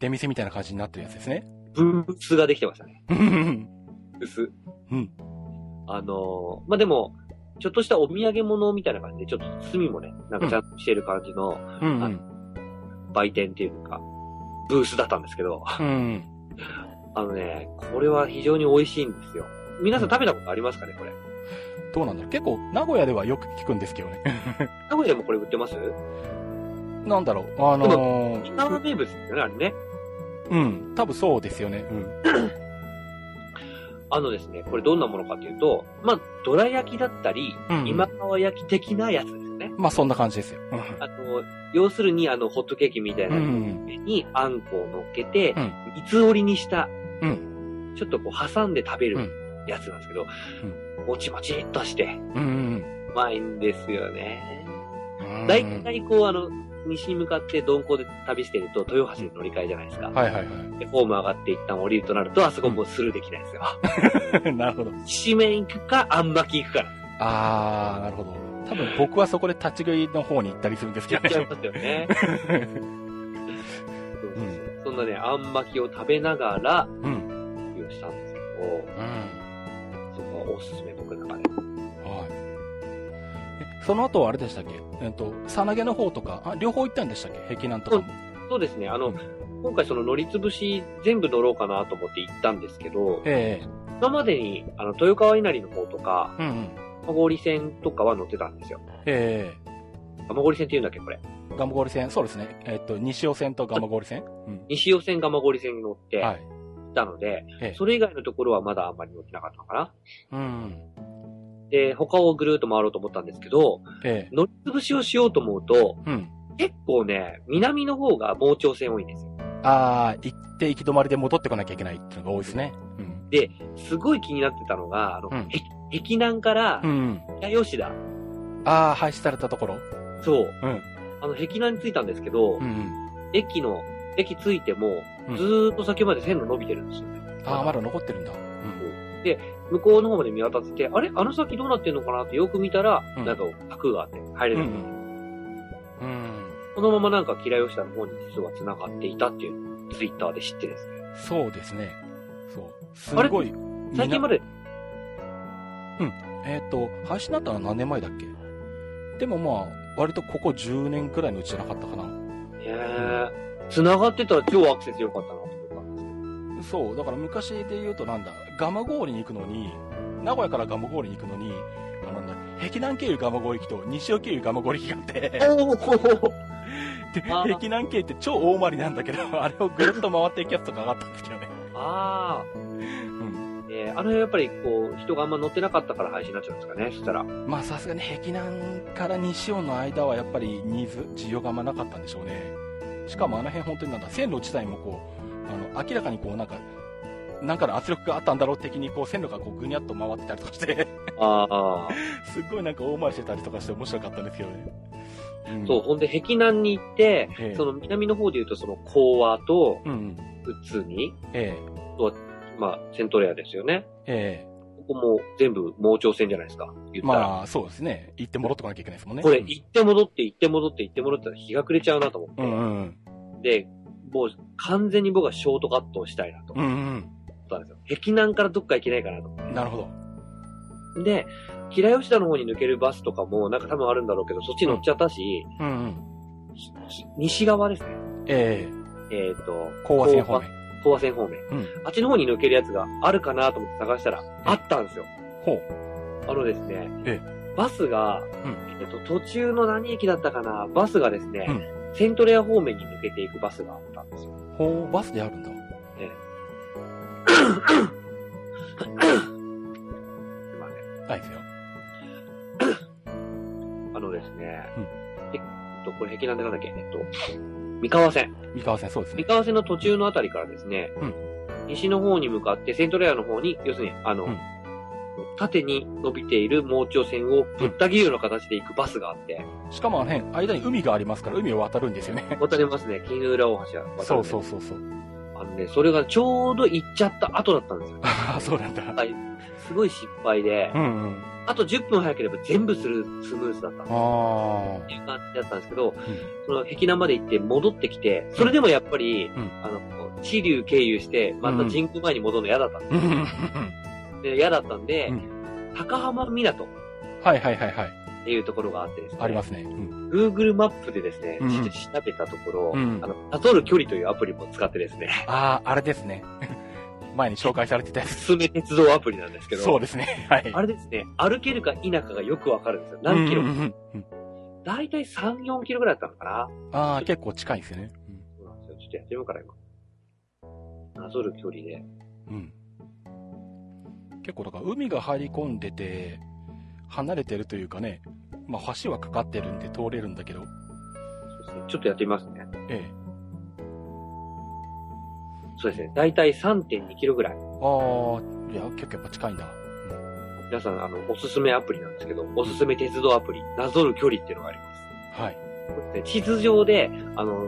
A: 出店みたいな感じになってるやつですね。
B: ブースができてましたね。
A: うんうん
B: ブース。
A: うん。
B: あのーまあ、でも、ちょっとしたお土産物みたいな感じで、ちょっと包みもね、なんかちゃんとしてる感じの
A: うん。うんうん。
B: 売店っていうか、ブースだったんですけど、
A: うん。
B: あのね、これは非常に美味しいんですよ。皆さん食べたことありますかね、これ。
A: どうなんだろう。結構、名古屋ではよく聞くんですけどね。
B: 名古屋でもこれ売ってます
A: なんだろう。あの
B: 沖縄
A: ー、
B: 名物ですよね、あれね。
A: うん。多分そうですよね。うん。
B: あのですね、これどんなものかというと、まあ、どら焼きだったり、
A: うん
B: 今川焼き的なやつですね。
A: まあ、そんな感じですよ。うん
B: あの、要するに、あの、ホットケーキみたいな
A: うん
B: 上にあんこを乗っけて、
A: うん
B: 三つ折りにした、
A: う
B: ちょっとこう挟んで食べ
A: う
B: る
A: ん
B: やつなんですけど、
A: う
B: もちもちっとして、
A: うんうん
B: うまいんですよね。
A: うん。
B: 大体こう、あの、西に向かって鈍行で旅してると、豊橋に乗り換えじゃないですか。
A: はいはい
B: で、ホーム上がって一旦降りるとなると、あそこもうスルーできないですよ。
A: はい。なるほど。
B: 七面行くか、あんまき行くか。
A: あー、なるほど。多分僕はそこで立ち食いの方に行ったりするんですけ
B: や
A: ど
B: っちゃい
A: ね。
B: ましたよね。そうそうそうそんなね、あん巻きを食べながら、
A: うん。
B: 旅をしたんですけ
A: うん。は
B: ど、そこはおすすめ、僕の中で。
A: い。えその後はあれでしたっけえっと、さなげの方とか、あ、両方行ったんでしたっけ壁南とかも。
B: そうですね、あの、
A: うん
B: 今回その乗りつぶし全部乗ろうかなと思って行ったんですけど、
A: え
B: 今までに、あの、豊川稲荷の方とか、
A: えうんうん。
B: 蒲氷線とかは乗ってたんですよ。
A: え
B: 蒲氷線って言うんだっけ、これ。
A: えガモゴリ線、そうですね。えっと、西尾線とガモゴリ線。うん。
B: 西尾線、蒲氷線に乗って
A: は
B: 行
A: い。
B: ったので、
A: ええ
B: それ以外のところはまだあんまり乗ってなかったのかな。
A: うん。
B: で、他をぐるーっと回ろうと思ったんですけど、
A: ええ
B: 乗りつぶしをしようと思うと、
A: うん。
B: 結構ね、南の方が傍聴線多いんですよ。
A: ああ、行って行き止まりで戻ってこなきゃいけないっていうのが多いですね。うん。
B: すごい気になってたのが、あの、
A: うん
B: へ碧南から
A: う、ん。
B: 北吉田。
A: ああ、廃止されたところ。
B: そう。
A: うん
B: あの、碧南に着いたんですけど、
A: うんうん。
B: 駅の、駅着いても
A: う、ん
B: ずーっと先まで線路伸びてるんですよね。
A: ああ、まだ残ってるんだ。うん。
B: 向こうの方まで見渡せて、あれあの先どうなってんのかなってよく見たら、
A: うん
B: なんか柵があって入れ
A: う
B: なんい、
A: うん。うん。
B: このままなんか吉良吉田の方に実は繋がっていたっていうのをツイッターで知ってですね。
A: そうですね。そう。す
B: あれ
A: ごい。
B: 最近ま
A: で。
B: で、
A: えっ、と、廃止になったのは何年前だっけでもまあ、割とここ10年くらいのうちじゃなかったかな。
B: えー、繋がってたら超アクセス良かったなと思ったんです
A: そう。だから昔で言うとなんだ、ガマゴーリに行くのに、名古屋からガマゴーリに行くのに、あのなんだ、碧南経由ガマゴーリ行きと西尾経由ガマゴーリ行きがあって、で
B: けど。おーあー
A: 碧南経由って超大回りなんだけど、 あれをぐるっと回っていくやつとかがあったんですけどね。
B: ああ。
A: ん
B: えー、あの辺やっぱりこう、人があんま乗ってなかったから廃止になっちゃうんですかね、そしたら。
A: まあさすがに碧南から西尾の間はやっぱりニーズ需要があんまなかったんでしょうねしかもあの辺本当になんだ線路自体もこうあの明らかにこうなんかなんかの圧力があったんだろう的にこう線路がこうぐにゃっと回ってたりとかして
B: ああ。
A: すっごいなんか大回りしてたりとかして面白かったんですけどね、うん
B: そう、ほんで、碧南に行って、
A: ええ
B: その南の方で言うと、その、講和と、
A: うんうん
B: 普通に、
A: え
B: まあ、セントレアですよね。
A: ええ
B: ここも全部盲腸線じゃないですか。言
A: え
B: ったら。
A: まあそうですね行って戻ってこなきゃいけないですもんね
B: これ、
A: うん
B: 行って戻って、行って戻って、行って戻って、日が暮れちゃうなと思って。
A: うんうん
B: で、もう、完全に僕はショートカットをしたいなと
A: う
B: 思っ
A: ん
B: たんですよ。碧南からどっか行けないかなと思
A: うんなるほど
B: って。で、平吉田の方に抜けるバスとかも、なんか多分あるんだろうけど、そっち乗っちゃったし、
A: うんうん
B: ひひ西側ですね。
A: ええ
B: えっ、と、
A: 高和線方面
B: 講和線方面。
A: うん
B: あっちの方に抜けるやつがあるかなと思って探したら、あったんですよ。
A: ほう
B: あのですね
A: え、
B: バスが、
A: うん
B: えっと、途中の何駅だったかな、バスがですね、
A: うん
B: セントレア方面に抜けていくバスがあったんですよ。
A: ほうバスであるんだ
B: すいません
A: ないですよ
B: あのですね、
A: うん
B: えっと、これ壁なんでなんだっけ、えっと、三河線。
A: 三河線そうですね
B: 三河線の途中のあたりからですね、
A: うん
B: 西の方に向かって、セントレアの方に、要するに、あの、
A: うん
B: 縦に伸びている盲腸線をぶった切るような形で行くバスがあって、
A: しかもあの辺、間に海がありますから、海を渡るんですよね。
B: 渡れますね、絹浦大橋は渡るんです
A: そうそうそうそう。
B: あのね、それがちょうど行っちゃった後だったんですよ。
A: ああ、そうなんだ。
B: すごい失敗で
A: う、んうん。
B: あと10分早ければ全部するスムーズだったっ
A: ああ。
B: ていう感じだったんですけど、その壁南まで行って戻ってきて、それでもやっぱり、
A: ん
B: あの、地流経由して、また神宮前に戻るの嫌だったんです
A: うんうんうんうん
B: で嫌だったんで、
A: う
B: 高浜港っ
A: はいはいはいはい。
B: ていうところがあってですね、
A: ありますね。うん。
B: Google マップでですね、
A: うん
B: ちょっと調べたところ、
A: うん
B: あの、悟る距離というアプリも使ってですね、
A: ああ、あれですね。前に紹介されてたやつ。
B: 進め鉄道アプリなんですけど、
A: そうですね。 はい。
B: あれですね、歩けるか否かがよくわかるんですよ。何キロ
A: うんうんうんうん
B: だいたい3、4キロぐらいだったのかな
A: ああ、結構近いですよね。
B: そうなんですよ。ちょっとやってみようかな、今。なぞる距離で。
A: うん。結構だから、海が入り込んでて、離れてるというかね、まあ橋はかかってるんで通れるんだけど、
B: そうですね。ちょっとやってみますね。
A: ええ。
B: そうですね。だいたい3.2キロぐらい。
A: ああ、いや、結構やっぱ近いんだ。
B: 皆さん、あの、おすすめアプリなんですけど、おすすめ鉄道アプリ、なぞる距離っていうのがあります。
A: はい。
B: これね地図上で、あの、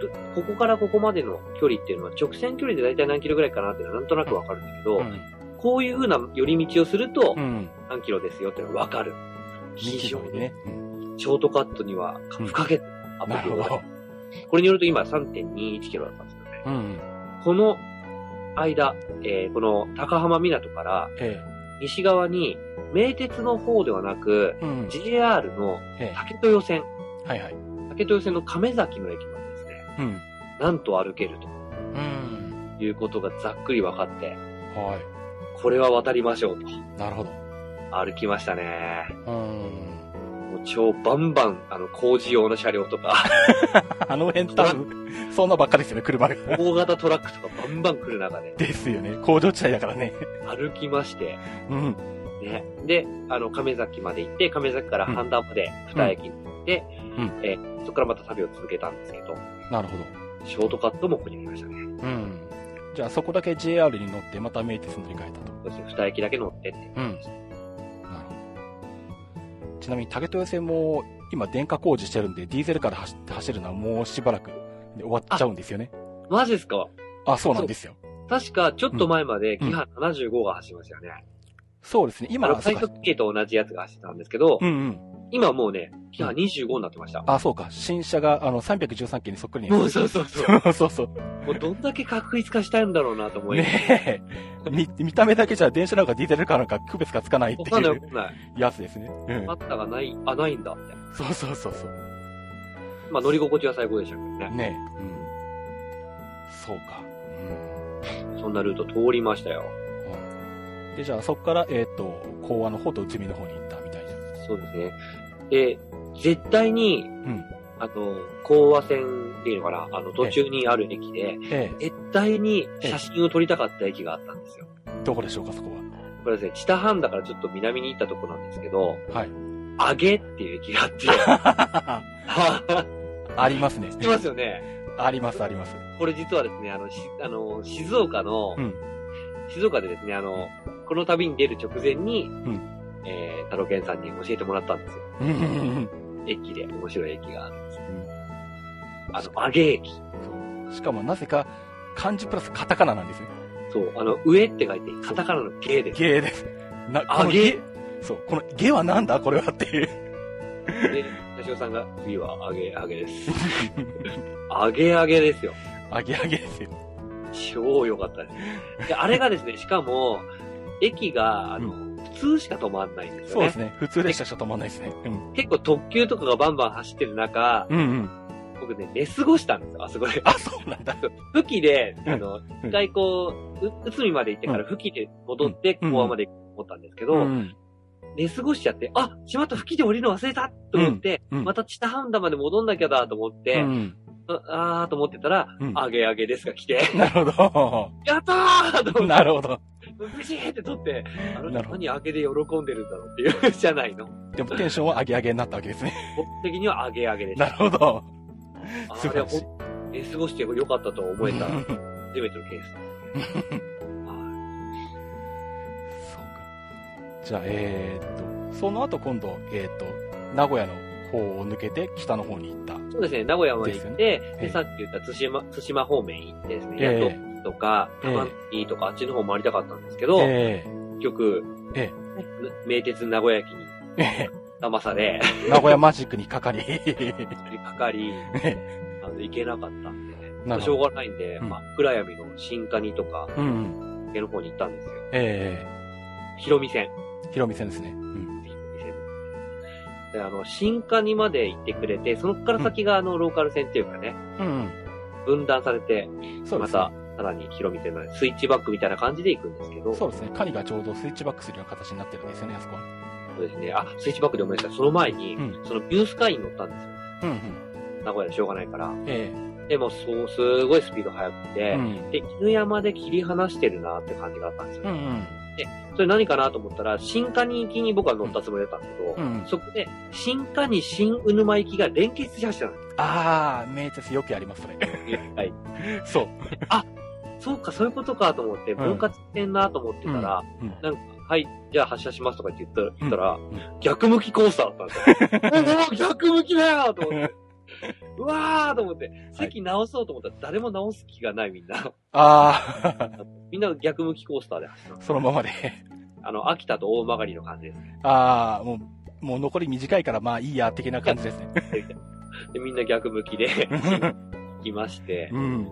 B: どここからここまでの距離っていうのは直線距離でだいたい何キロぐらいかなっていうのはなんとなくわかるんだけど、
A: うん。
B: こういう風な寄り道をすると
A: う、ん。
B: 何キロですよっていうのがわかる。非常に
A: ね。うん
B: ショートカットには不可欠なア
A: な
B: プ
A: る
B: リ
A: ほ
B: が
A: ど
B: ある。。これによると今3.21キロだったんですけどね。
A: うん。
B: この間、えーこの高浜港から
A: え
B: 西側に名鉄の方ではなく、
A: え。うん。
B: JR の
A: え
B: 竹豊線、
A: え。はいはい。
B: 竹豊線の亀崎の駅までですね、
A: うん。
B: なんと歩ける
A: うん。
B: ということがざっくり分かって、
A: は
B: これは渡りましょうと。
A: い。なるほど。
B: 歩きましたね。
A: うん。
B: もう超バンバン、あの、工事用の車両とか、
A: あの辺多分、そんなばっかですよね、車が。
B: 大型トラックとかバンバン来る中で
A: ですよね。工場地帯だからね。
B: 歩きまして、
A: うん。
B: ね。で、あの、亀崎まで行って、亀崎から半田まで二駅行って、
A: うん
B: えそこからまた旅を続けたんですけど、
A: なるほど。
B: ショートカットもここにありましたね。
A: うん。じゃあそこだけ JR に乗って、また名鉄乗り換えたと。
B: そして二駅だけ乗ってっていう
A: うん。なるほど。ちなみに竹豊線も、今電化工事してるんで、ディーゼルから走走るのはもうしばらくで終わっちゃうんですよね。
B: マジですか
A: あ、そうなんですよ。
B: 確か、ちょっと前まで、キハ75が走りましたよね。
A: そうですね。今
B: あの、
A: は、そ
B: 最
A: うか
B: 速系と同じやつが走ってたんですけど、
A: うんうん。
B: 今もうね、キハ25になってました。
A: あ、そうか。新車が、あの、313系にそっくりに。
B: もうそうそうそう。
A: そうそうそう。
B: もうどんだけ確率化したいんだろうなと思い、
A: ねえ。見、見た目だけじゃ電車なんかディーゼルかなんか区別がつかないって
B: わかんない
A: い
B: わ
A: う
B: かんない。
A: やつですね。うん
B: あ。ったがない、あ、ないんだ、みたいな。
A: そうそうそうそう。
B: まあ乗り心地は最高でしたけどね。
A: ねえ。うん。そうか。うん
B: そんなルート通りましたよ。
A: はい。で、じゃあそこから、えっ、と、講和の方と内海の方に行ったみたいな。
B: そうですね。で、絶対に、
A: ん
B: あの、講和線っていうのかな、あの、途中にある駅で、
A: え
B: 絶対に写真を撮りたかった駅があったんですよ。
A: え。どこでしょうか、そこ
B: これですね、知多半だからちょっと南に行ったとこなんですけど、
A: は。はい。
B: あげっていう駅があ って、
A: ありますね。
B: 知ってますよね。
A: あります、あります。
B: これ実はですね、あの、しあの静岡の、
A: うん
B: 静岡でですね、あの、この旅に出る直前に、えー、太郎健さんに教えてもらったんですよ。
A: うんうんうん
B: 駅で、面白い駅があるんですよ
A: うん。
B: あの、揚げ駅。
A: そうしかも、なぜか、漢字プラスカタカナなんですよ。
B: そう、あの、上って書いて、カタカナのゲ です。
A: ゲーです。な、こ
B: 揚
A: の
B: げ
A: そう。このゲはなんだこれはっていう。
B: で、田代さんが、次は揚げ、揚げ です。揚げ揚げですよ。
A: あげあげですよ。
B: 超良かったです。で、あれがですね、しかも、駅が、あの、普通しか止まんないんです
A: そう
B: よね
A: です。ね。普通列車しか止まんないですね。うん。
B: 結構特急とかがバンバン走ってる中、
A: うんうん。
B: 僕ね、寝過ごしたんですよ、あそこで。
A: あ、そうなんだ。
B: 武器で、あの、
A: うん
B: 一回こう、う、内海まで行ってから
A: う
B: 吹きで戻って、
A: うん
B: コアまで行こうと思ったんですけど、
A: うん。
B: 寝過ごしちゃって、あ、しまった吹きで降りるの忘れたと思って、
A: うんうん
B: また知多半田まで戻んなきゃだと思って、
A: うん。
B: ああーと思ってたら、
A: うん
B: あげあげですが来て、
A: なるほ
B: やったーと
A: ど。
B: 思っ
A: なるほど。
B: て、ブシーって撮って、あの
A: な
B: 人
A: るほど
B: 何あげで喜んでるんだろうっていうじゃないの。
A: でもテンションはあげあげになったわけです ね。
B: 僕的にはあげあげでし
A: な
B: た。
A: るほど。
B: あ
A: 素
B: れ
A: 晴
B: は
A: らしい
B: ほん寝過ごしてよかったと思えた。
A: うん そう
B: 初めてのケースですね。は
A: か。じゃあ、えー、っと、その後今度、えーっと、名古屋の方を抜けて北の方に行った。
B: いそうですね、名古屋まで行って、
A: ね
B: で
A: ええ
B: さっき言った津島、津島方面行ってですね、
A: え
B: ヤ
A: え
B: トとか、
A: ええ
B: 玉木とか、あっちの方回りたかったんですけど、
A: え
B: 結局、
A: ええ
B: ね名鉄名古屋駅に
A: ええ
B: 騙され、
A: え名古屋マジックにかかり。
B: かかり、あの、行けなかったんで、
A: なるほど
B: しょうがないんで、
A: うん
B: まあ、暗闇の新カニとか、
A: うんうん。
B: 上の方に行ったんですよ。
A: え
B: ヒロミ線。
A: え広見線ですね。うん。
B: ヒロミ線で、あの、新カニまで行ってくれて、そこから先があの、ローカル線っていうかね、
A: うん、
B: 分断されて、
A: うん。そうで
B: ます
A: ね。
B: た、さらに広見てない、スイッチバックみたいな感じで行くんですけど、
A: そうですね。カニがちょうどスイッチバックするような形になってるんですよね、あそこは。
B: そうですね。あ、スイッチバックで思い出した。その前に、
A: うん
B: そのビュースカイに乗ったんですよ。
A: うんうん。
B: 名古屋でしょうがないから。
A: え
B: でも、そう、すごいスピード速く
A: え
B: て、
A: うん。
B: で、犬山で切り離してるなって感じがあったんですよ。
A: うんうん。
B: それ何かなと思ったら、新カニ行きに僕は乗ったつもりだったんですけど、
A: うんうん
B: そこで、新カニ、新鵜沼行きが連結し 始めたんです
A: あー、名鉄よくやります、それ。
B: よ。はい。
A: そう。
B: そうか、そういうことかと思って、
A: ん
B: 分割してんなと思ってたら、
A: うん
B: なんか、はい、じゃあ発車しますとかって言ったら、言ったら
A: ん
B: 逆向きコースターだ ったんですよ。おお逆向きだよと思って。うわーと思って、席直そうと思ったら誰も直す気がないみんな。
A: あー、
B: みんな逆向きコースターで走った。
A: そのままで。
B: あの、秋田と大曲の感じですね。
A: ああ、もう、もう残り短いからまあいいや、的な感じですね。
B: で、みんな逆向 きで行きまして、
A: うん。
B: で、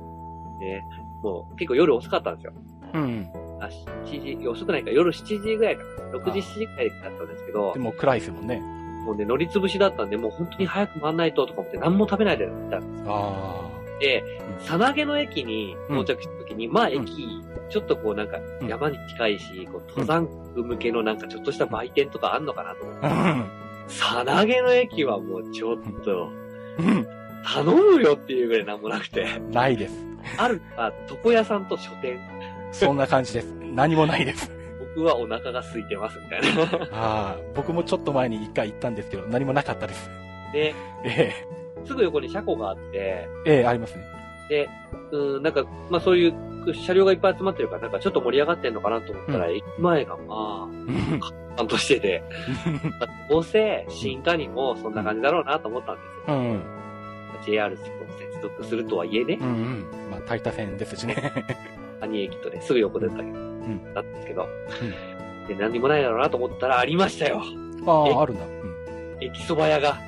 B: もう結構夜遅かったんですよ。
A: うん。
B: あ、7時、遅くないか、夜7時ぐらいかな、6時、
A: あ
B: 7時ぐらいだったんですけど
A: で、も暗いですもんね。
B: もうね、乗りつぶしだったんで、もう本当に早く回んないととか思って、何も食べないで行ったんですよ。
A: あ
B: で、さなげの駅に
A: うん
B: 到着した時に、まあ
A: ん
B: 駅、ちょっとこうなんか
A: うん
B: 山に近いし、こう登山客向けのなんかちょっとした売店とかあんのかなと思って、
A: あ。
B: さなげの駅はもうちょっと、
A: うん。
B: 頼むよっていうぐらいなんもなくて、
A: ないです。
B: ある、あ、床屋さんと書店、
A: そんな感じです。何もないです。
B: 僕はお腹が空いてますみたいな。
A: ああ、僕もちょっと前に一回行ったんですけど、何もなかったです。
B: で、
A: え
B: すぐ横に車庫があって、
A: え、ええ、ありますね。
B: で、うん、なんか、まあそういう車両がいっぱい集まってるから、なんかちょっと盛り上がってんのかなと思ったら、
A: う
B: 駅前がま
A: う
B: あ、担当してて、まあどうせ新幹にもそんな感じだろうなと思ったんですよ。
A: ん。
B: JR スポーツ接続するとはいえね
A: う、ん。うん。まあ、タイタ線です しね。
B: 兄駅とね、すぐ横だったけど、
A: ん
B: だったんですけど、で、何にもないだろうなと思ったら、ありましたよ。
A: あ
B: え
A: あ、あるんだ。うん。
B: 駅そば屋が。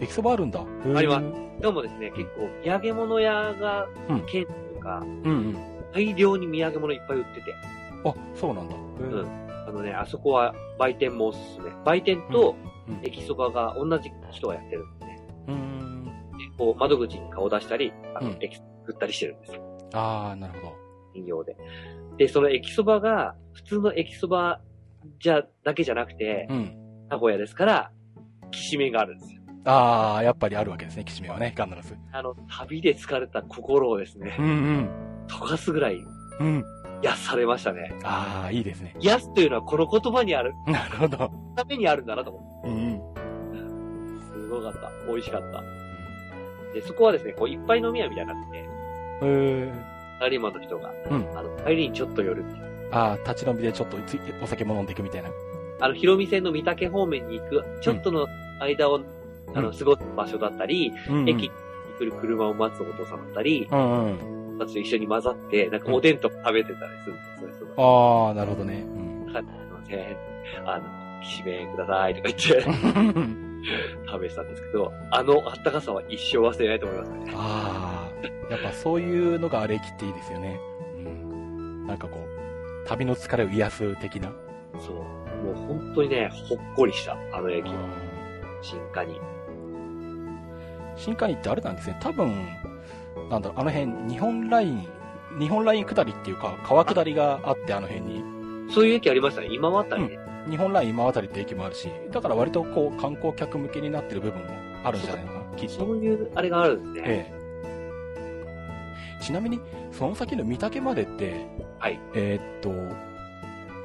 A: 駅そばあるんだ。あ
B: ありまでもですね、結構、土産物屋が
A: うん、
B: 県とか、
A: うんうん。
B: 大量に土産物いっぱい売ってて、
A: あ、そうなんだ。
B: うんあのね、あそこは売店もおすすめ。売店と
A: うんうん
B: 駅そばが同じ人がやってるんでね。
A: うん。
B: でこう、窓口に顔出したり、あ
A: う
B: の
A: ん、
B: 駅作ったりしてるんですよ。
A: ああ、なるほど。
B: 人形で。で、その駅そばが、普通の駅そばじゃ、だけじゃなくて、
A: うん。
B: 名古屋ですから、きしめんがあるんですよ。
A: ああ、やっぱりあるわけですね、きしめはね、必ず。
B: あの、旅で疲れた心をですね、
A: ん
B: 溶かすぐらい
A: うん。うん。
B: 癒されましたね。
A: ああ、いいですね。
B: 癒すというのはこの言葉にある、
A: なるほど。
B: ためにあるんだなと思って。
A: うんうん。
B: すごかった。美味しかった。で、そこはですね、こう、いっぱい飲み屋みたいになってて、
A: え
B: サラリーマンの人が、
A: うん
B: あの、帰りにちょっと寄るっていう。
A: ー、ああ、立ち飲みでちょっとついお酒も飲んでいくみたいな。
B: あの、広見線の三宅方面に行く、ちょっとの間を、あの、
A: うん
B: 過ごす場所だったり、
A: うんうん
B: 駅に来る車を待つお父さんだったり、
A: うんうん。
B: たちと一緒に混ざって、なんかおでんとか食べてたりするんですよ。その、
A: ああ、なるほどね。 うん。
B: なんかすいません。あの、きしめんくださいとか言って 食べてたんですけど、あのあったかさは一生忘れないと思いますね。
A: ああ、やっぱそういうのがあれきっていいですよね。うん。なんかこう、旅の疲れを癒す的な。
B: そう。もう本当にね、ほっこりした。あの駅の
A: うん
B: 進化に。
A: 新幹線ってあれなんですね。多分、なんだろう、あの辺、日本ライン、日本ライン下りっていうか、川下りがあって、あの辺に。
B: そういう駅ありましたね。今はあったりね。
A: 日本ライン今あたりって駅もあるし、だから割とこう観光客向けになってる部分もあるんじゃないのかな、きっ
B: そ
A: と。
B: ういうあれがあるんですね。
A: ええ。ちなみに、その先の御嶽までって、
B: はい。
A: えーっと、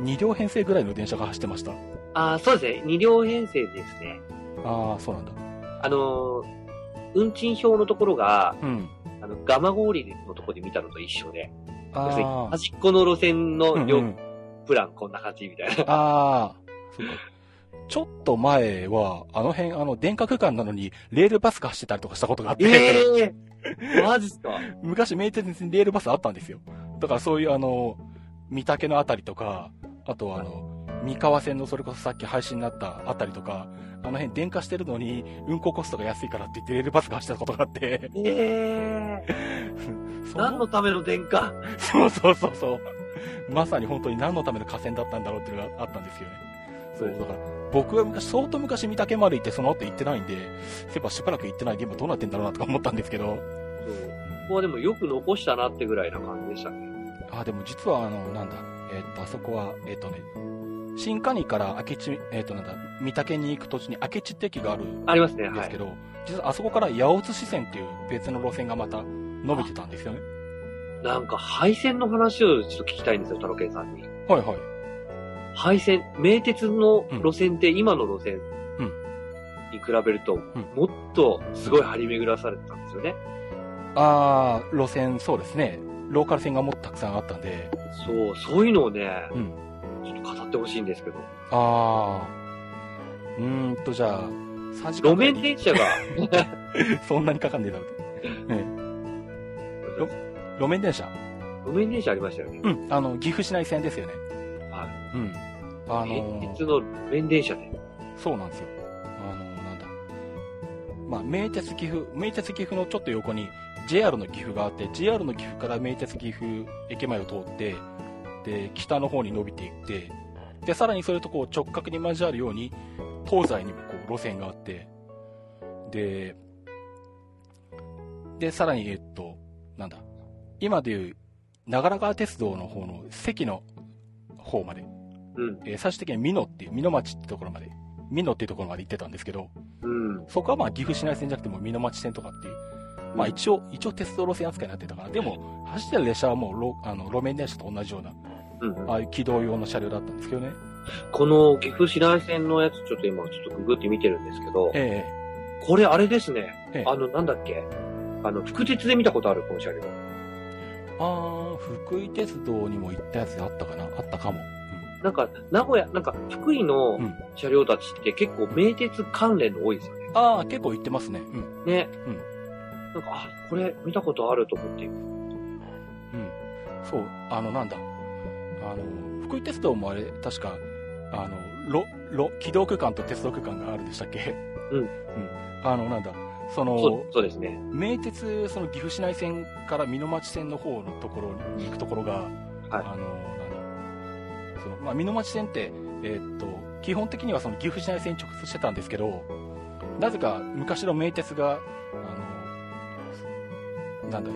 A: 2両編成ぐらいの電車が走ってました。
B: ああ、そうですね。二両編成ですね。
A: ああ、そうなんだ。
B: あのー運賃表のところが、
A: うん。
B: あの、ガマゴーリのところで見たのと一緒で、要するに
A: あ
B: 端っこの路線
A: あ、う
B: の
A: んう
B: 両
A: ん、
B: プランこんな感じみたい な。
A: ああ、そうか。ちょっと前は、あの辺、あの、電化区間なのに、レールバスが走ってたりとかしたことがあって、
B: ええマジっすか
A: 昔、名鉄にレールバスあったんですよ。だからそういう、あの、三宅のあたりとか、あとはあの、三河線のそれこそさっき配信になったあたりとか、あの辺電化してるのに運行コストが安いからって言ってレールバスが走ってたことがあって、
B: ええ
A: そ
B: 何のための電化
A: そうそうそうそう。まさに本当に何のための河川だったんだろうっていうのがあったんですよね。そう、だから僕は昔、相当昔三宅まで行ってその後行ってないんで、そういえばしばらく行ってないで今どうなってんだろうなとか思ったんですけど、
B: そうここはでもよく残したなってぐらいな感じでしたね。
A: あ、でも実はあの、なんだ、えっと、あそこは、えっとね、新蟹から明智、えっと、なんだ、三宅に行く途中に明智って駅があるん
B: ありますね、
A: で
B: は
A: すけ
B: い。
A: ど、実はあそこから八百津支線っていう別の路線がまた伸びてたんですよね。
B: なんか配線の話をちょっと聞きたいんですよ、太郎健さんに。
A: はいはい。
B: 配線、名鉄の路線って今の路線
A: うん
B: に比べると、もっとすごい張り巡らされてたんですよね。
A: あー、路線、そうですね。ローカル線がもっとたくさんあったんで、
B: そう、そういうのをね、
A: うん。
B: ちょっと語ってほしいんですけど、
A: ああ。うーんと、じゃあ、3時間
B: 路
A: ぐらい
B: 面
A: に
B: 電車が、
A: そんなにかかんねえだろう。路面電車
B: 路面電車ありましたよね。
A: うん。あの、岐阜市内線ですよね。。
B: はい
A: うん。あの
B: 名鉄
A: ー、
B: の路面電車で。
A: そうなんですよ。まあ、名鉄岐阜、名鉄岐阜のちょっと横に JR の岐阜があって、JR の岐阜から名鉄岐阜駅前を通って、で、北の方に伸びていって、で、さらにそれとこう直角に交わるように、東西にもこう路線があって、で、で、さらに、えっと、なんだ、今でいう、長良川鉄道の方の関の方まで、
B: うん。
A: えー最終的に美濃っていう、美濃町ってところまで、美濃っていうところまで行ってたんですけど、
B: うん。
A: そこはまあ岐阜市内線じゃなくても美濃町線とかっていう、まあ一応、一応鉄道路線扱いになってたから、でも走ってる列車はもう路あの路面電車と同じような、
B: うん。
A: ああいう軌道用の車両だったんですけどね。
B: この岐阜市内線のやつ、ちょっと今、ちょっとググって見てるんですけど、
A: え
B: これあれですね
A: ええ。
B: あの、なんだっけあの、福鉄で見たことある、この車両。
A: えあー、福井鉄道にも行ったやつがあったかなあったかも。
B: なんか、名古屋、なんか、福井
A: う
B: の
A: ん
B: 車両たちって結構、名鉄関連の多いですよね。
A: ああ、結構行ってますね。うん。
B: ね。
A: うん
B: なんか、あ、これ見たことあると思って。
A: うん。そう、あの、なんだ。あの、福井鉄道もあれ、確か、あの、ろ、ろ、軌道区間と鉄道区間があるんでしたっけ
B: うん
A: うん。あの、なんだ。その、
B: そう、そうですね。
A: 名鉄その岐阜市内線から美濃町線の方のところに行くところが、あのなんだそのまあ、美濃町線って、えーっと基本的にはその岐阜市内線に直通してたんですけどなぜか昔の名鉄があのなんだ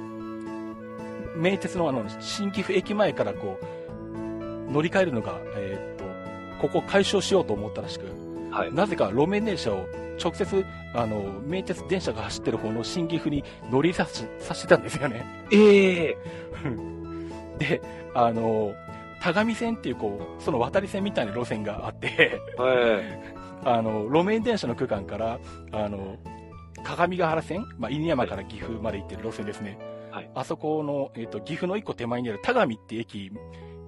A: 名鉄のあの新岐阜駅前からこう乗り換えるのが、えーっとここを解消しようと思ったらしく
B: はい。
A: なぜか路面電車を直接、あの、名鉄電車が走ってる方の新岐阜に乗りさし、させてたんですよね。
B: ええ
A: で、あの、田上線っていうこう、その渡り線みたいな路線があって、
B: はい。
A: あの、路面電車の区間から、あの、鏡ヶ原線、まあ、犬山から岐阜まで行ってる路線ですね。
B: はい
A: あそこの、えっ、と、岐阜の一個手前にある田上って駅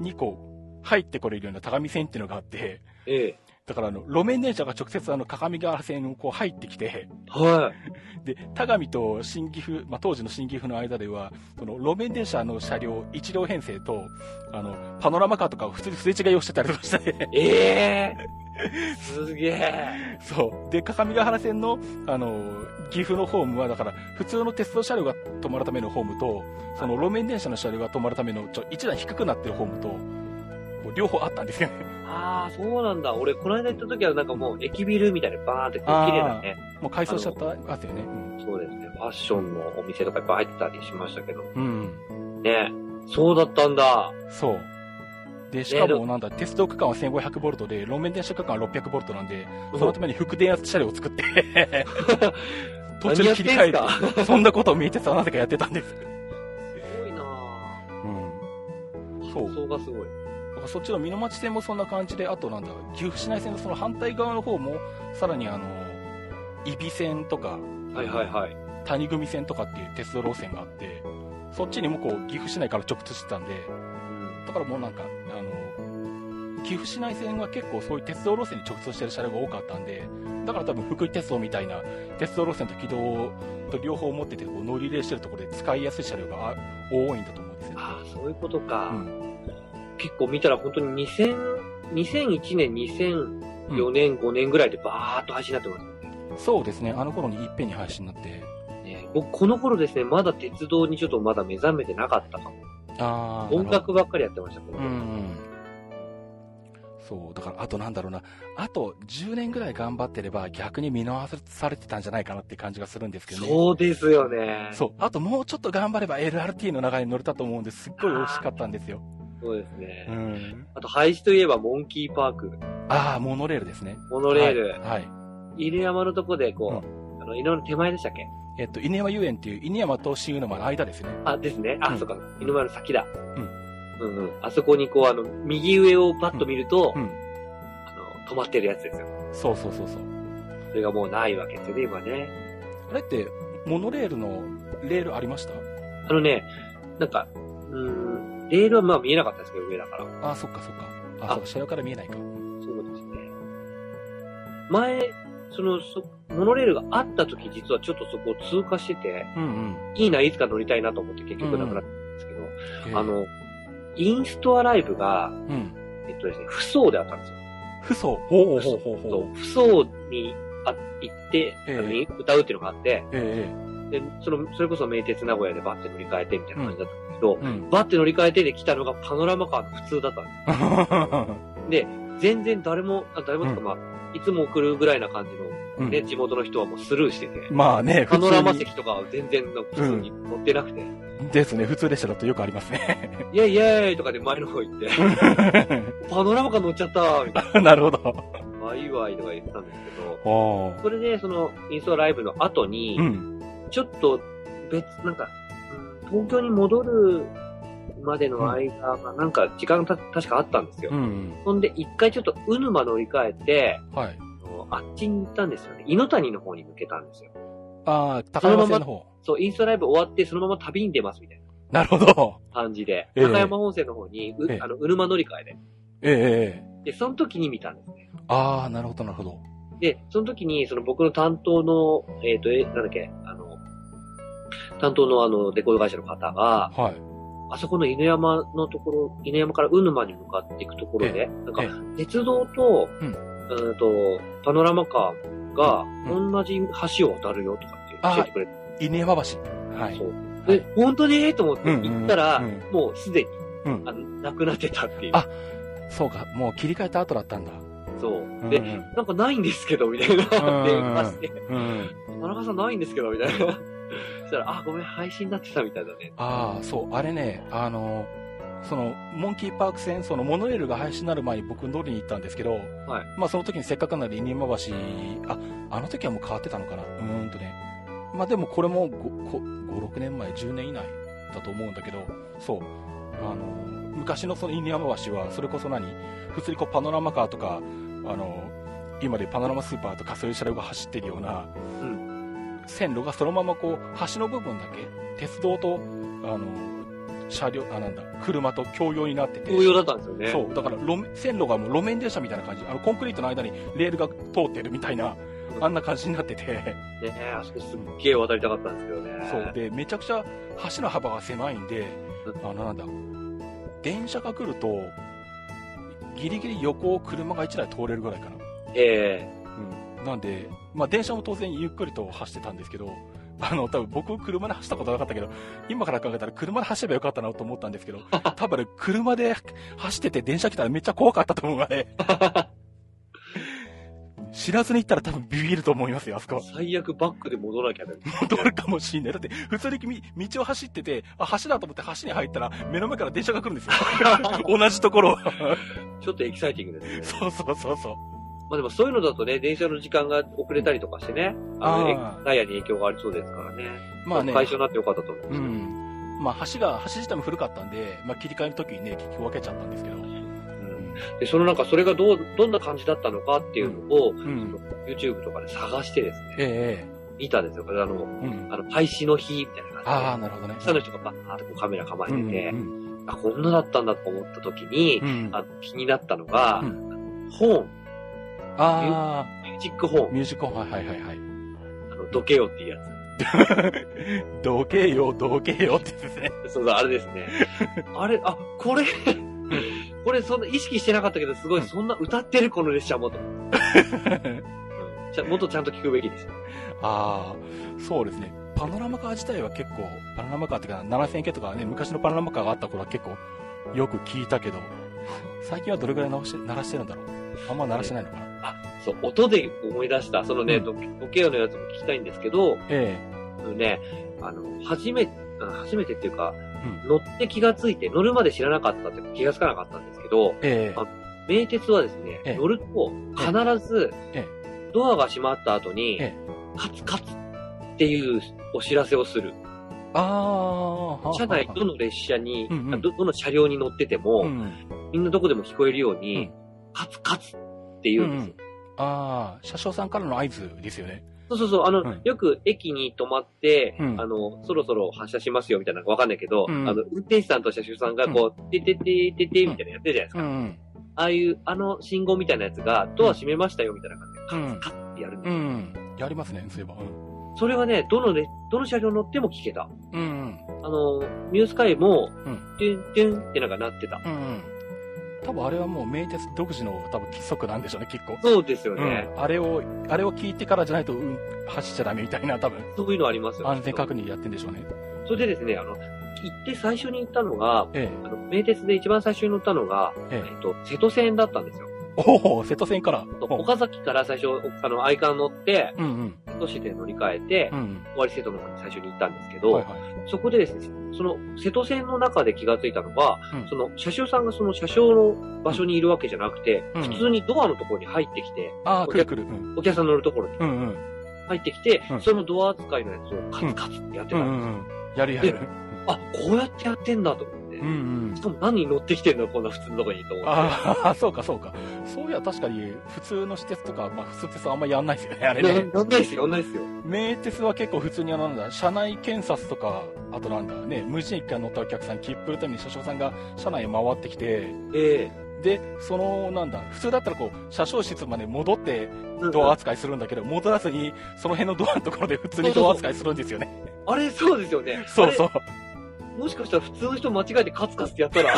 A: にこう、入ってこれるような田上線っていうのがあって、
B: ええ
A: だからあの、路面電車が直接あの、鏡ヶ原線をこう入ってきて、
B: はい。
A: で、田上と新岐阜、まあ、当時の新岐阜の間では、その路面電車の車両1両編成と、あの、パノラマカーとかを普通にすれ違いをしてたりとかして、 ね、
B: ええ すげえ。
A: そう。で、各務原線の、あの、岐阜のホームは、だから、普通の鉄道車両が止まるためのホームと、その路面電車の車両が止まるための、ちょ、一段低くなってるホームと、こう両方あったんですよね。
B: ああ、そうなんだ。俺、この間行った時はなんかもう、駅ビルみたいな、バーンって、こう
A: あー
B: 綺麗なね。
A: もう改装しちゃった、あったよね。うん
B: そうですね。ファッションのお店とかいっぱい入ってたりしましたけど。
A: うん。
B: ね。そうだったんだ。、
A: そう。で、しかも、なんだ、鉄道区間は1500ボルトで、路面電車区間は600ボルトなんで、そのために副電圧車両を作って途中で切り替
B: 何やってんす
A: えて、そんなことを見えてたなぜかやってたんです。
B: すごいなぁ
A: うん。そ
B: 発
A: う。
B: 想がすごい。
A: そっちの美濃町線もそんな感じで、あとなんだ、岐阜市内線のその反対側の方も、さらにあの、伊比線とか、
B: はいはいはい。
A: 谷組線とかっていう鉄道路線があって、そっちにもこう、岐阜市内から直通してたんで、だからもうなんか、あの、岐阜市内線は結構そういう鉄道路線に直通してる車両が多かったんで、だから多分福井鉄道みたいな鉄道路線と軌道と両方持っててこう乗り入れしてるところで使いやすい車両があ多いんだと思うんですよ。
B: ああ、そういうことか。
A: うん
B: 結構見たら本当に2000、2001年、2004年、5年ぐらいでバーっと配信になってます
A: そうですね、あの頃にいっぺんに配信になって、
B: ね。僕、この頃ですね、まだ鉄道にちょっとまだ目覚めてなかったかも。
A: あー
B: 音楽ばっかりやってました、この
A: う
B: 頃
A: ん。そう、だからあとなんだろうな、あと10年ぐらい頑張ってれば逆に見直されてたんじゃないかなって感じがするんですけどね。
B: そうですよね。
A: そう。あともうちょっと頑張れば LRT の流れに乗れたと思うんです。すっごい美味しかったんですよ。
B: そうですね。
A: ん。
B: あと、廃止といえば、モンキーパーク、
A: ああ、モノレールですね。
B: モノレール、
A: はい。はい
B: 入山のとこで、こう、あの、井上の手前でしたっけ
A: えっと、犬山遊園っていう犬山と新馬の間ですね。
B: あ、ですね。あ、
A: うん
B: そうか。犬丸の先だ。
A: ん
B: うん。うんあそこにこう、あの、右上をパッと見ると、
A: うん。
B: あの、止まってるやつですよ。
A: そうそうそうそう。
B: それがもうないわけですよね、今ね。
A: あれって、モノレールのレールありました
B: あのね、なんか、うーん、レールはまあ見えなかったですけど、上だから。
A: ああ、そっかそっか。あ、
B: あ
A: そうか、車両から見えないか。
B: そうですね。前、その、そ、モノレールがあった時、実はちょっとそこを通過してて、
A: うんうん。
B: いいな、いつか乗りたいなと思って結局なくなったんですけど、
A: えー
B: あ、の、インストアライブが、
A: うん。
B: えっとですね、不走であったんですよ。
A: 不走。ほうほうほうほうほ
B: そう、不走にあ行って、
A: ええ
B: あのに歌うっていうのがあって、
A: え
B: で、その、それこそ名鉄名古屋でバッて乗り換えてみたいな感じだったんですけど、
A: え うん。
B: バッて乗り換えてで来たのがパノラマカーの普通だったんです。で、全然誰も、あ誰もとかまあ、いつも送るぐらいな感じの、
A: うん
B: ね、地元の人はもうスルーしてて、
A: まあね、
B: パ
A: 普
B: ノラ
A: 通
B: マ
A: に
B: 席とかは全然の普通に乗ってなくて、
A: ですね、普通列車だとよくありますね。
B: イェイイェイとかで前の方行って、パノラマカー乗っちゃったみ たい
A: なるほど。
B: な、ワイワイとか言ってたんですけど、
A: おー
B: それでそのインストライブの後に、
A: うん。
B: ちょっと別、なんか、うん東京に戻るまでの間が、なんか時間た、確かあったんですよ。
A: うん。
B: ほんで、一回ちょっと、うぬま乗り換えて、
A: はい。
B: あのあっちに行ったんですよね。猪谷の方に抜けたんですよ。
A: ああ、高山線の方。
B: そう、インスタライブ終わって、そのまま旅に出ますみたいな
A: なるほど。
B: 感じで、
A: ええ
B: 高山本線の方に、う、
A: ええ
B: あの、うぬま乗り換え
A: ええええ
B: で。で、その時に見たんですね。
A: ああ、なるほど、なるほど。
B: で、その時に、その僕の担当の、えっ、と、え、なんだっけ、あの、担当のあの、デコード会社の方が、
A: はい。
B: あそこの犬山のところ、犬山からうぬまに向かっていくところ
A: え
B: で、なんか
A: ええ、
B: 鉄道と、
A: う
B: うんん、と、パノラマカーが
A: う
B: 同じ橋を渡るよとかって教えてくれて、
A: 稲山橋。はい。
B: そう。
A: は
B: で、
A: い
B: 本当にと思って
A: うんうんうん
B: 行ったら、
A: うん
B: もうすでに、
A: うん
B: あ。の、なくなってたっていう。
A: あそうか、もう切り替えた後だったんだ。
B: そう。
A: う
B: で、
A: んうん
B: なんかないんですけど、みたいな、って
A: うんうん
B: 言いまして、
A: うん。
B: 田中さんないんですけど、みたいな。 そしたら、あ、ごめん、配信になってたみたいだね。
A: ああ、そう、あれね、あの、その、モンキーパーク線、そのモノレールが廃止になる前に僕乗りに行ったんですけど、
B: はい
A: まあその時にせっかくなので、犬山橋、あ、あの時はもう変わってたのかな。うーんとね。まあでもこれも5、こ5 6年前、10年以内だと思うんだけど、そう。あの、昔のその犬山橋は、それこそ何普通にこうパノラマカーとか、あの、今でパノラマスーパーとかそういう車両が走ってるような、
B: う
A: 線路がそのままこう、橋の部分だけ、鉄道と、あの、車両、あ、なんだ、車と共用になってて。
B: 同様だったんですよね。
A: そう、だから路面線路がもう路面電車みたいな感じ、あのコンクリートの間にレールが通ってるみたいな、あんな感じになってて、
B: ねえ、あそこすっげえ渡りたかったんですけどね。
A: そう、で、めちゃくちゃ橋の幅が狭いんで、あの、なんだ、電車が来ると、ギリギリ横を車が1台通れるぐらいかな。
B: ええ
A: うん、なんで、まあ、電車も当然ゆっくりと走ってたんですけど、あの、多分僕、車で走ったことなかったけど、今から考えたら車で走ればよかったなと思ったんですけど、多分ね、車で走ってて電車来たらめっちゃ怖かったと思うわね。知らずに行ったら多分ビビると思いますよ、あそこ。
B: 最悪バックで戻らなきゃだよ。
A: 戻るかもしんない。だって、普通に君道を走ってて、あ、橋だと思って橋に入ったら、目の前から電車が来るんですよ。同じところを。
B: ちょっとエキサイティングですね。
A: そうそうそうそう。
B: まあでもそういうのだとね、電車の時間が遅れたりとかしてね、あの、
A: あー
B: えダイヤに影響がありそうですからね。
A: まあね。
B: 解消になってよかったと思います。
A: うん。まあ、橋が、橋自体も古かったんで、まあ、切り替えの時にね、結局分けちゃったんですけど。
B: うんで、そのなんかそれがどう、どんな感じだったのかっていうのを、
A: ん
B: YouTube とかで探してですね、
A: え
B: 見たんですよ。あの、
A: えうん。
B: あの、廃止の日みたいな
A: ああ、
B: 感
A: なるほどね
B: じで。。下の人がバッーッとこうカメラ構え
A: うん
B: てて、
A: うん
B: あ、こんなだったんだと思った時に、
A: うん。
B: あの気になったのが、
A: う
B: ホーン、
A: あ
B: ミュージックホ
A: あ、
B: ーン、
A: ミュージックホーン、はいはいはい
B: あの、どけよっていうやつ。
A: はい。どけよ、どけよってです ね。
B: そうだ、あれです ね。あれ、あ、これ、これ、そんな意識してなかったけど、すごい、
A: うん
B: そんな歌ってる、この列 車もと。うんちゃもっとちゃんと聞くべきです。
A: ああ、そうですね。パノラマカー自体は結構、パノラマカーっていうか、7000系とかね、昔のパノラマカーがあった頃は結構、よく聞いたけど、 最近はどれぐらい直し鳴らしてるんだろう。あんま鳴らしてないのかな。
B: そう、音で思い出した、そのね、
A: うん
B: ど時計のやつも聞きたいんですけど、
A: え
B: あのね、あの、初め、あ初めてっていうか、
A: う
B: 乗って気がついて、乗るまで知らなかったって気がつかなかったんですけど、
A: ええ
B: 名鉄はですね、
A: ええ
B: 乗ると、必ず
A: え、
B: ドアが閉まった後に
A: ええ、
B: カツカツっていうお知らせをする。
A: え。ああ、はあ
B: 車内どの列車に、
A: うんうん
B: あどどの車両に乗ってても、
A: うん。
B: みんなどこでも聞こえるように、
A: うん
B: カツカツって言うんですよ。
A: ああ、車掌さんからの合図ですよね。
B: そうそうそう、あの、
A: うん
B: よく駅に止まって、
A: うん
B: あの、そろそろ発車しますよみたいなのわかんないけど、
A: うん
B: あの、運転手さんと車掌さんがこう、てててててみたいなのやってるじゃないですか。
A: ん。
B: ああいう、あの信号みたいなやつが、ドア閉めましたよみたいな感じで、カツカツってやるんで
A: う
B: すよ。
A: ん。やりますね、そういえば。
B: それはね、どのね、どの車両乗っても聞けた。
A: うん。うん。
B: あの、ニュースカイも、
A: うん
B: デュンデュンってなんか鳴ってた。
A: うん。多分あれはもう名鉄独自の多分規則なんでしょうね、結構。
B: そうです
A: う
B: よね。
A: ん、あれを、あれを聞いてからじゃないと、うん、走っちゃダメみたいな、多分。
B: そういうのありますよね。
A: 安全確認やってんでしょうね。
B: それでですね、あの、行って最初に行ったのが、
A: え
B: あの、名鉄で一番最初に乗ったのが、
A: ええ
B: えっと、瀬戸線だったんですよ。
A: え。おお、瀬戸線から。お
B: 岡崎から最初、あの、愛館乗って、
A: うんうん。
B: 瀬戸市で乗り換えて
A: う、ん
B: 終わり瀬戸の方に最初に行ったんですけ
A: うん。
B: ど、
A: はいはい。
B: そこでですね、その瀬戸線の中で気がついたのが、
A: うん
B: その車掌さんがその車掌の場所にいるわけじゃなくて、
A: うん
B: 普通にドアのところに入ってきて、
A: ああ、くるくる。うん
B: お客さん乗るところに
A: うんうん。
B: 入ってきて、
A: うん
B: そのドア扱いのやつをカ
A: うん
B: ツカツってやって
A: う
B: た
A: んうんんう
B: ですよ。
A: ん。やるやる。
B: あ、こうやってやってんだと思って。
A: うんうん
B: し。かも何に乗ってきてんだ、こんな普通のとこにと思って。
A: ああ、そうかそうか。そういや確かに、普通の私鉄とか、まあ普通鉄はあんまやんないですよね、あれ
B: な
A: ね。
B: なんないですよ、なんないですよ。
A: 名鉄は結構普通にあのなんだ、車内検察とか、あとなんだね、無人駅から乗ったお客さん、切符のために車掌さんが車内回ってきて、
B: え
A: で、そのなんだ、普通だったらこう、車掌室まで戻って
B: え
A: ドア
B: なんか
A: 扱いするんだけど、戻らずに、その辺のドアのところで普通にドア扱いするんですよね。
B: あれ、そうですよね。
A: そうそう。
B: あれもしかしたら普通の人間違えてカツカツって やったら、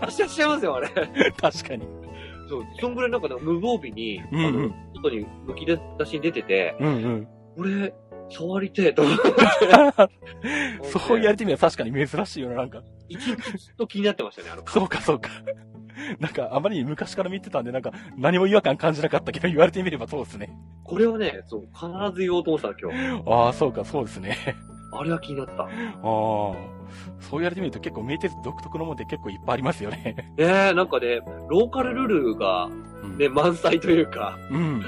B: 発車しちゃいますよ、あれ。
A: 確かに。
B: そう、そんぐらいなんかね無防備に、あ
A: うんう
B: の
A: ん、
B: 外にむき出しに出てて、
A: うんうん。
B: 俺、触りてえと思って。
A: そうやれてみれば確かに珍しいよな、なんか。
B: 一日ずっと気になってましたね、あの、
A: そうか、そうか。 なんか、あまりに昔から見てたんで、なんか、何も違和感感じなかったけど、言われてみればそうですね。
B: これをね、そう、必ず言おうと思ってた今日。
A: ああ、そうか、そうですね。
B: あれは気になった。ね
A: ああ。そうやれてみると結構、名鉄独特のもんで結構いっぱいありますよね。
B: え、なんかね、ローカルルールが、
A: うん
B: ね、満載というか、
A: うん。
B: ね、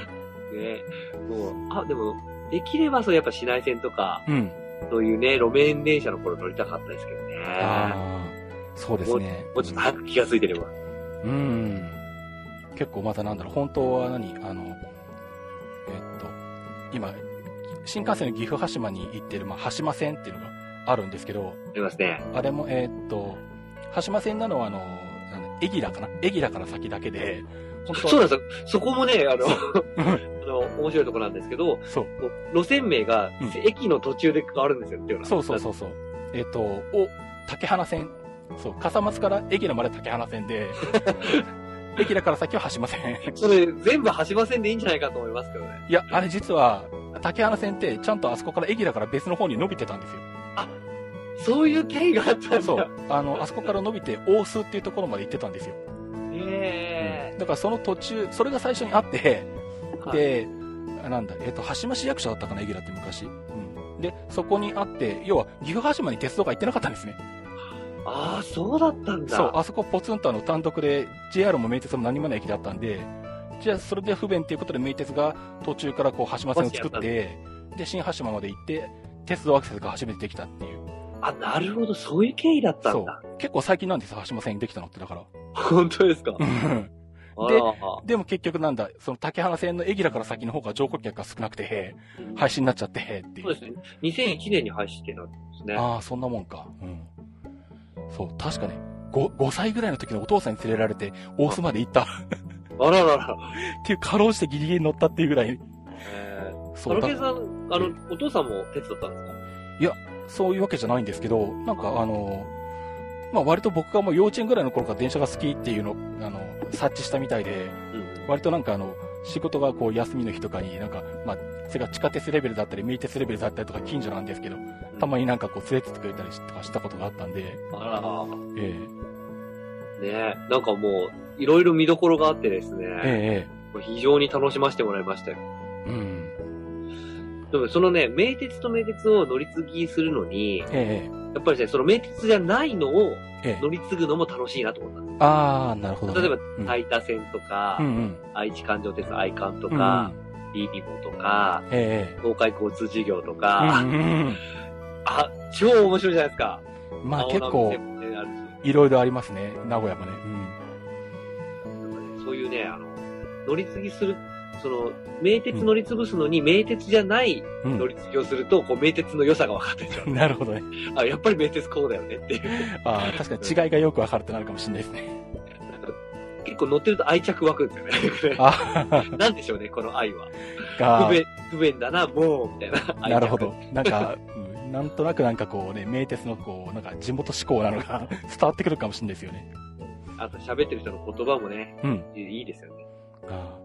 B: もう、あ、でも、できればそう、やっぱ市内線とか、
A: うん。
B: そういうね、路面電車の頃乗りたかったですけどね。
A: ああ。そうですね。
B: もうちょっと早く気がついてれば。
A: うん。結構またなんだろう、本当は何あの、えっと、今、新幹線の岐阜羽島に行ってる、まあ、羽島線っていうのがあるんですけど、
B: ありますね。
A: あれも、えーっと、羽島線なのは、あの、なんだ、エギラかなエギラから先だけで、本当は
B: そうなんですよ。そこもね、あの、あの、面白いところなんですけど、
A: そう、
B: こう路線名が
A: うん
B: 駅の途中で変わるんですよ、っていうのは
A: そうそうそうそう。えーっと、お、竹花線。そう、笠松からエギラまで竹花線 で、エギラから先は羽島線。
B: それ、全部走りませんでいいんじゃないかと思いますけどね。
A: いや、あれ実は、竹花線って、ちゃんとあそこからエギラから別の方に伸びてたんです よ。
B: そういう経緯があったん
A: そ
B: だ
A: う。。あの、あそこから伸びて、大須っていうところまで行ってたんですよ。
B: え
A: だからその途中、それが最初にあって、
B: ーはい
A: で、あなんだ、えっと、橋間市役所だったかな、エギラって昔。うん。で、そこにあって、要は、岐阜羽島に鉄道が行ってなかったんですね。
B: ああ、そうだったんだ。
A: そう、あそこポツンとあの単独で、JR も名鉄も何もない駅だったんで、じゃあ、それで不便っていうことで、名鉄が途中からこう、橋間線を作って、で、新橋島まで行って、鉄道アクセスが初めてできたっていう。
B: あ、なるほど、そういう経緯だった
A: そ
B: ん
A: う
B: だ。。
A: 結構最近なんですよ、橋間線できたのって、だから。
B: 本当ですか。あらあ
A: でも結局なんだ、その竹花線のエギラから先の方が乗降客が少なくて、廃止になっちゃって、ってい
B: そうですね。2001年に廃止ってなったんですね。
A: ああ、そんなもんか。うん。そう、確かね、5, 5歳ぐらいの時のお父さんに連れられて、大須まで行った。っ
B: あららら。
A: ていう、かろうじてギリギリに乗ったっていうぐらい。
B: えータ
A: そう
B: ロ
A: だ
B: ケンさん、あの、お父さんも鉄だったんですか
A: そういうわけじゃないんですけど、なんかあの、まあ割と僕がもう幼稚園ぐらいの頃から電車が好きっていうのを、あの、察知したみたいで、
B: うん。
A: 割となんかあの、仕事がこう休みの日とかになんか、まあ、それが地下鉄レベルだったり、名鉄レベルだったりとか近所なんですけど、たまになんかこう連れてってくれたりとかしたことがあったんで、
B: あらら。
A: え
B: ねなんかもう、いろいろ見どころがあってですね。
A: えええ
B: 非常に楽しませてもらいましたよ。
A: えうん、
B: でもそのね、名鉄と名鉄を乗り継ぎするのに、や
A: ええ
B: っぱりね、その名鉄じゃないのを
A: ええ
B: 乗り継ぐのも楽しいなと思ったんで
A: ああ、なるほど、
B: す。例えば、
A: うん
B: 大田線とか、
A: うんうん。
B: 愛知環状鉄愛環と
A: うんう
B: か、
A: ん、
B: ビビモとか、
A: ええ
B: 東海交通事業と
A: う
B: か、
A: んうん
B: あ、超面白いじゃないですか。
A: うん。まあ
B: 青
A: 結
B: 波
A: 構
B: 線、もねあるし
A: いろいろありますね。名古屋もね。
B: なんかねそういうね、あの、乗り継ぎする、その、名鉄乗り潰すのに、名鉄じゃない
A: うん。うん。
B: 乗り継ぎをすると、こう、名鉄の良さが分かってんですよ
A: なるほどね。
B: あ、やっぱり名鉄こうだよねっていう。
A: ああ、確かに違いがよくわかるってなるかもしれないですね。
B: 結構乗ってると愛着湧くんですよね。
A: あ あ、
B: なんでしょうね、この愛は。
A: が
B: 不、便、不便だな、もう、みたいな愛着。
A: なるほど。なんか、うんなん となくなんかこうね、名鉄のこう、なんか地元志向なのが伝わってくるかもしれないですよね。
B: あと喋ってる人の言葉もね、
A: うん。
B: いいですよね。
A: あ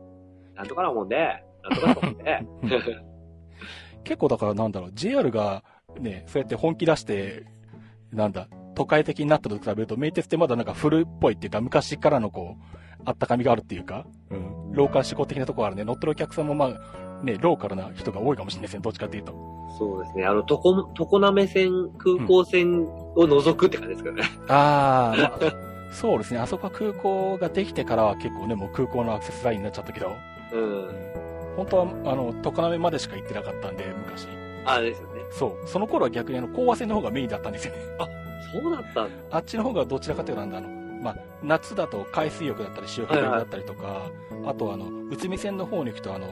B: なんとかなもんで、なんとかなもんで。
A: あ結構だからなんだろう、JR がね、そうやって本気出して、なんだ、都会的になったと比べると、名鉄ってまだなんか古っぽいっていうか、昔からのこう、あったかみがあるっていうか、うん。ローカル志向的なところあるね。乗ってるお客さんもまあ、ね、ローカルな人が多いかもしれないですね、どっちかっていうと。
B: そうですね。あの、とこ、とこなめ線、空港線を除くって感じですかね。
A: ああ、まあ、そうですね。あそこは空港ができてからは結構ね、もう空港のアクセスラインになっちゃったけど、
B: うん。
A: 本当は、あの、常滑までしか行ってなかったんで、昔。
B: あれですよね。
A: そう。その頃は逆にあの、高和線の方がメインだったんですよね。
B: そうだったんだ。
A: あっちの方がどちらかというとなんだ、あの、まあ、夏だと海水浴だったり、潮干狩りだったりとか、あとあの、宇都宮線の方に行くと、あの、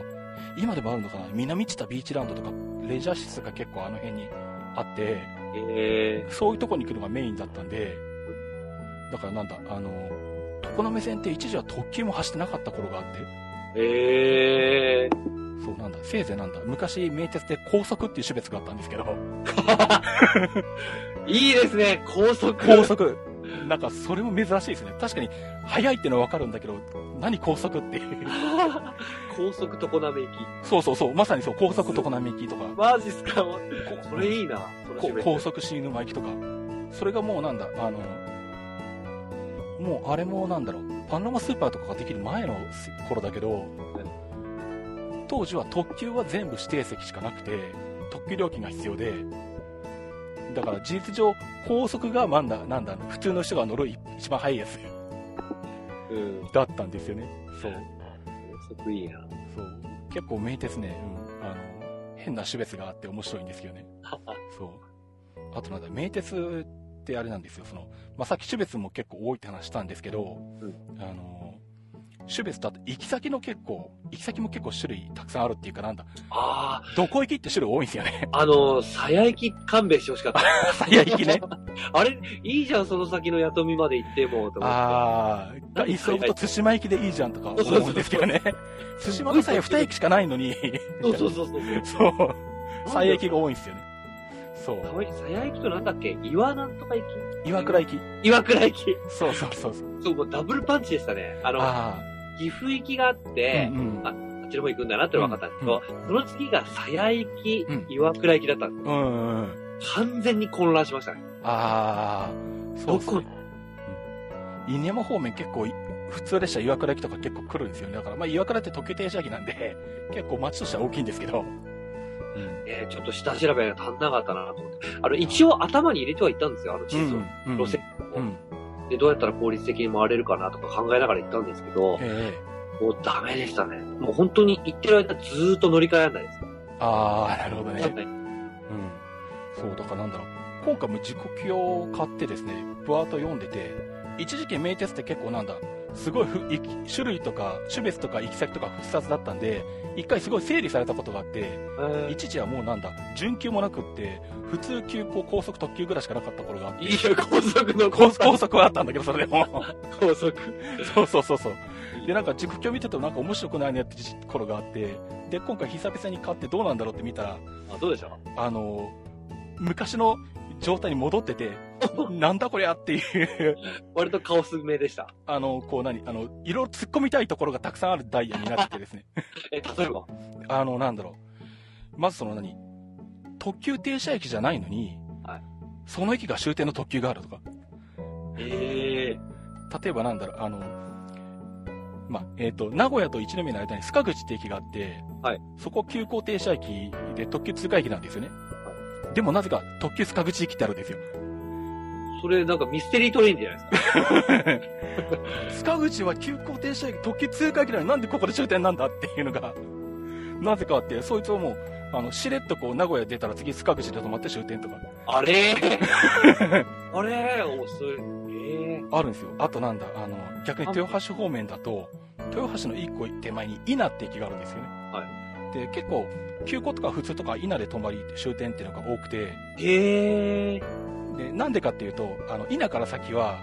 A: 今でもあるのかな、南知多ビーチランドとか、レジャー施設が結構あの辺にあって、
B: え
A: そういうとこに行くのがメインだったんで、だからなんだ、あの、常滑線って一時は特急も走ってなかった頃があって、
B: ー、え
A: そうなんだ、せいぜいなんだ、昔名鉄で高速っていう種別があったんですけど、
B: ー、いいですね。高速。
A: 高 速。 なんかそれも珍しいですね。確かに、速いってのはわかるんだけど、何高速っていう。
B: 高速とこなめ行き。
A: そうそうそう、まさにそう、高速常滑行きとか、
B: マジっすかもうここれいいな。そ
A: こ
B: の締め
A: 高速新沼行きとか、それがもうなんだ、あの、もうあれもなんだろう、パノラマスーパーとかができる前の頃だけど、当時は特急は全部指定席しかなくて、特急料金が必要で、だから事実上、高速がなんだ、なんだ、普通の人が乗る一番速いやつ
B: うん。
A: だったんですよね。そう。
B: 高速いいな。
A: そう結構名鉄ね、うん、あの変な種別があって面白いんですけどねそうあとなんだ名鉄ってあれなんですよその、まあ、さっき種別も結構多いって話したんですけど、
B: うん
A: あの種別とあと行き先の結構行き先も結構種類たくさんあるっていうかなんだ
B: あ
A: どこ行きって種類多いんですよ ね
B: あ、あの、さや行き勘弁してほ しかった。
A: 最行きね
B: あれ、いいじゃん、その先の雇みまで行っても、と思っ
A: ああいっそのこと対馬行きでいいじゃんとか思うんですけどね 対馬の際は2駅しかないのに
B: て。そうそうそうそう。
A: そう最駅が多いんですよねそう
B: さや行きとなんだっけ岩なんとか行
A: 岩倉行き
B: き岩倉行き。
A: そうそうそうそう。
B: そう、もうダブルパンチでしたね。あの、
A: あ
B: 岐阜行きがあっ
A: あ、
B: て
A: う、ん
B: あっちの方行くんだなってのが分かったんですけど、その次が鞘行き、
A: うん
B: 岩倉行きだったんで
A: うん。うんうんうん。
B: す。完全に混乱しましたね。
A: ああ、そうです
B: どこ
A: ね。うん犬山方面結構い、普通列車岩倉駅とか結構来るんですよね。だから、まあ岩倉って時計停車駅なんで、 結構街としては大きいんですけど。うん。
B: えーちょっと下調べが足んなかったなと思って。あの、一応頭に入れてはいったんですよ、あの地図を。
A: うん。
B: 路線を、
A: うん。
B: で、どうやったら効率的に回れるかなとか考えながら行ったんですけど、
A: え
B: もうダメでしたね。もう本当に行ってる間ずーっと乗り換えられないです。
A: えああ、なるほどね。
B: なんか
A: うん。そう、だからなんだろう。今回も時刻表を買ってですね、ぶわーっと読んでて、一時期名鉄って結構なんだ、すごいふ行き種類とか、種別とか行き先とか複雑だったんで、一回すごい整理されたことがあって、
B: え
A: 一時はもうなんだ、準急もなくって、普通急行高速特急ぐらいしかなかった頃があっ
B: ー
A: て、
B: いや、高速の
A: 高高速はあったんだけど、それでも。
B: 高速。
A: そうそうそうそう。で、なんか時刻表見ててもなんか面白くないねって頃があって、で、今回久々に買ってどうなんだろうって見たら、
B: あ、どうでした
A: あの、昔の状態に戻って て、なんだこりゃっていう、
B: 割とカオスめでした。
A: あの、こう何、あの、いろいろ突っ込みたいところがたくさんあるダイヤになっててですね。
B: え、例えば
A: あの、なんだろう。まずその何、特急停車駅じゃないのに、
B: はい
A: その駅が終点の特急があるとか、
B: ええ
A: 例えばなんだろう、あの、まあ、えっ、と、名古屋と一宮の間に須賀口って駅があって、
B: はい
A: そこ急行停車駅で特急通過駅なんですよね。でもなぜか特急須賀口駅ってあるんですよ。
B: それなんかミステリートレインじゃないですか。
A: 塚口は急行停車駅、特急通過駅なのになんでここで終点なんだっていうのが、 なぜかあって、そいつをもう、あの、しれっとこう、名古屋出たら次、塚口で止まって終点とか、
B: あれ あれおそれ、ええ
A: あるんですよ。あとなんだ、あの、逆に豊橋方面だと、豊橋の一個手前に稲って駅があるんですよね。はい。で、結構、急行とか普通とか稲で止まり終点っていうのが多くて、
B: ええ
A: で、なんでかっていうと、あの、稲から先は、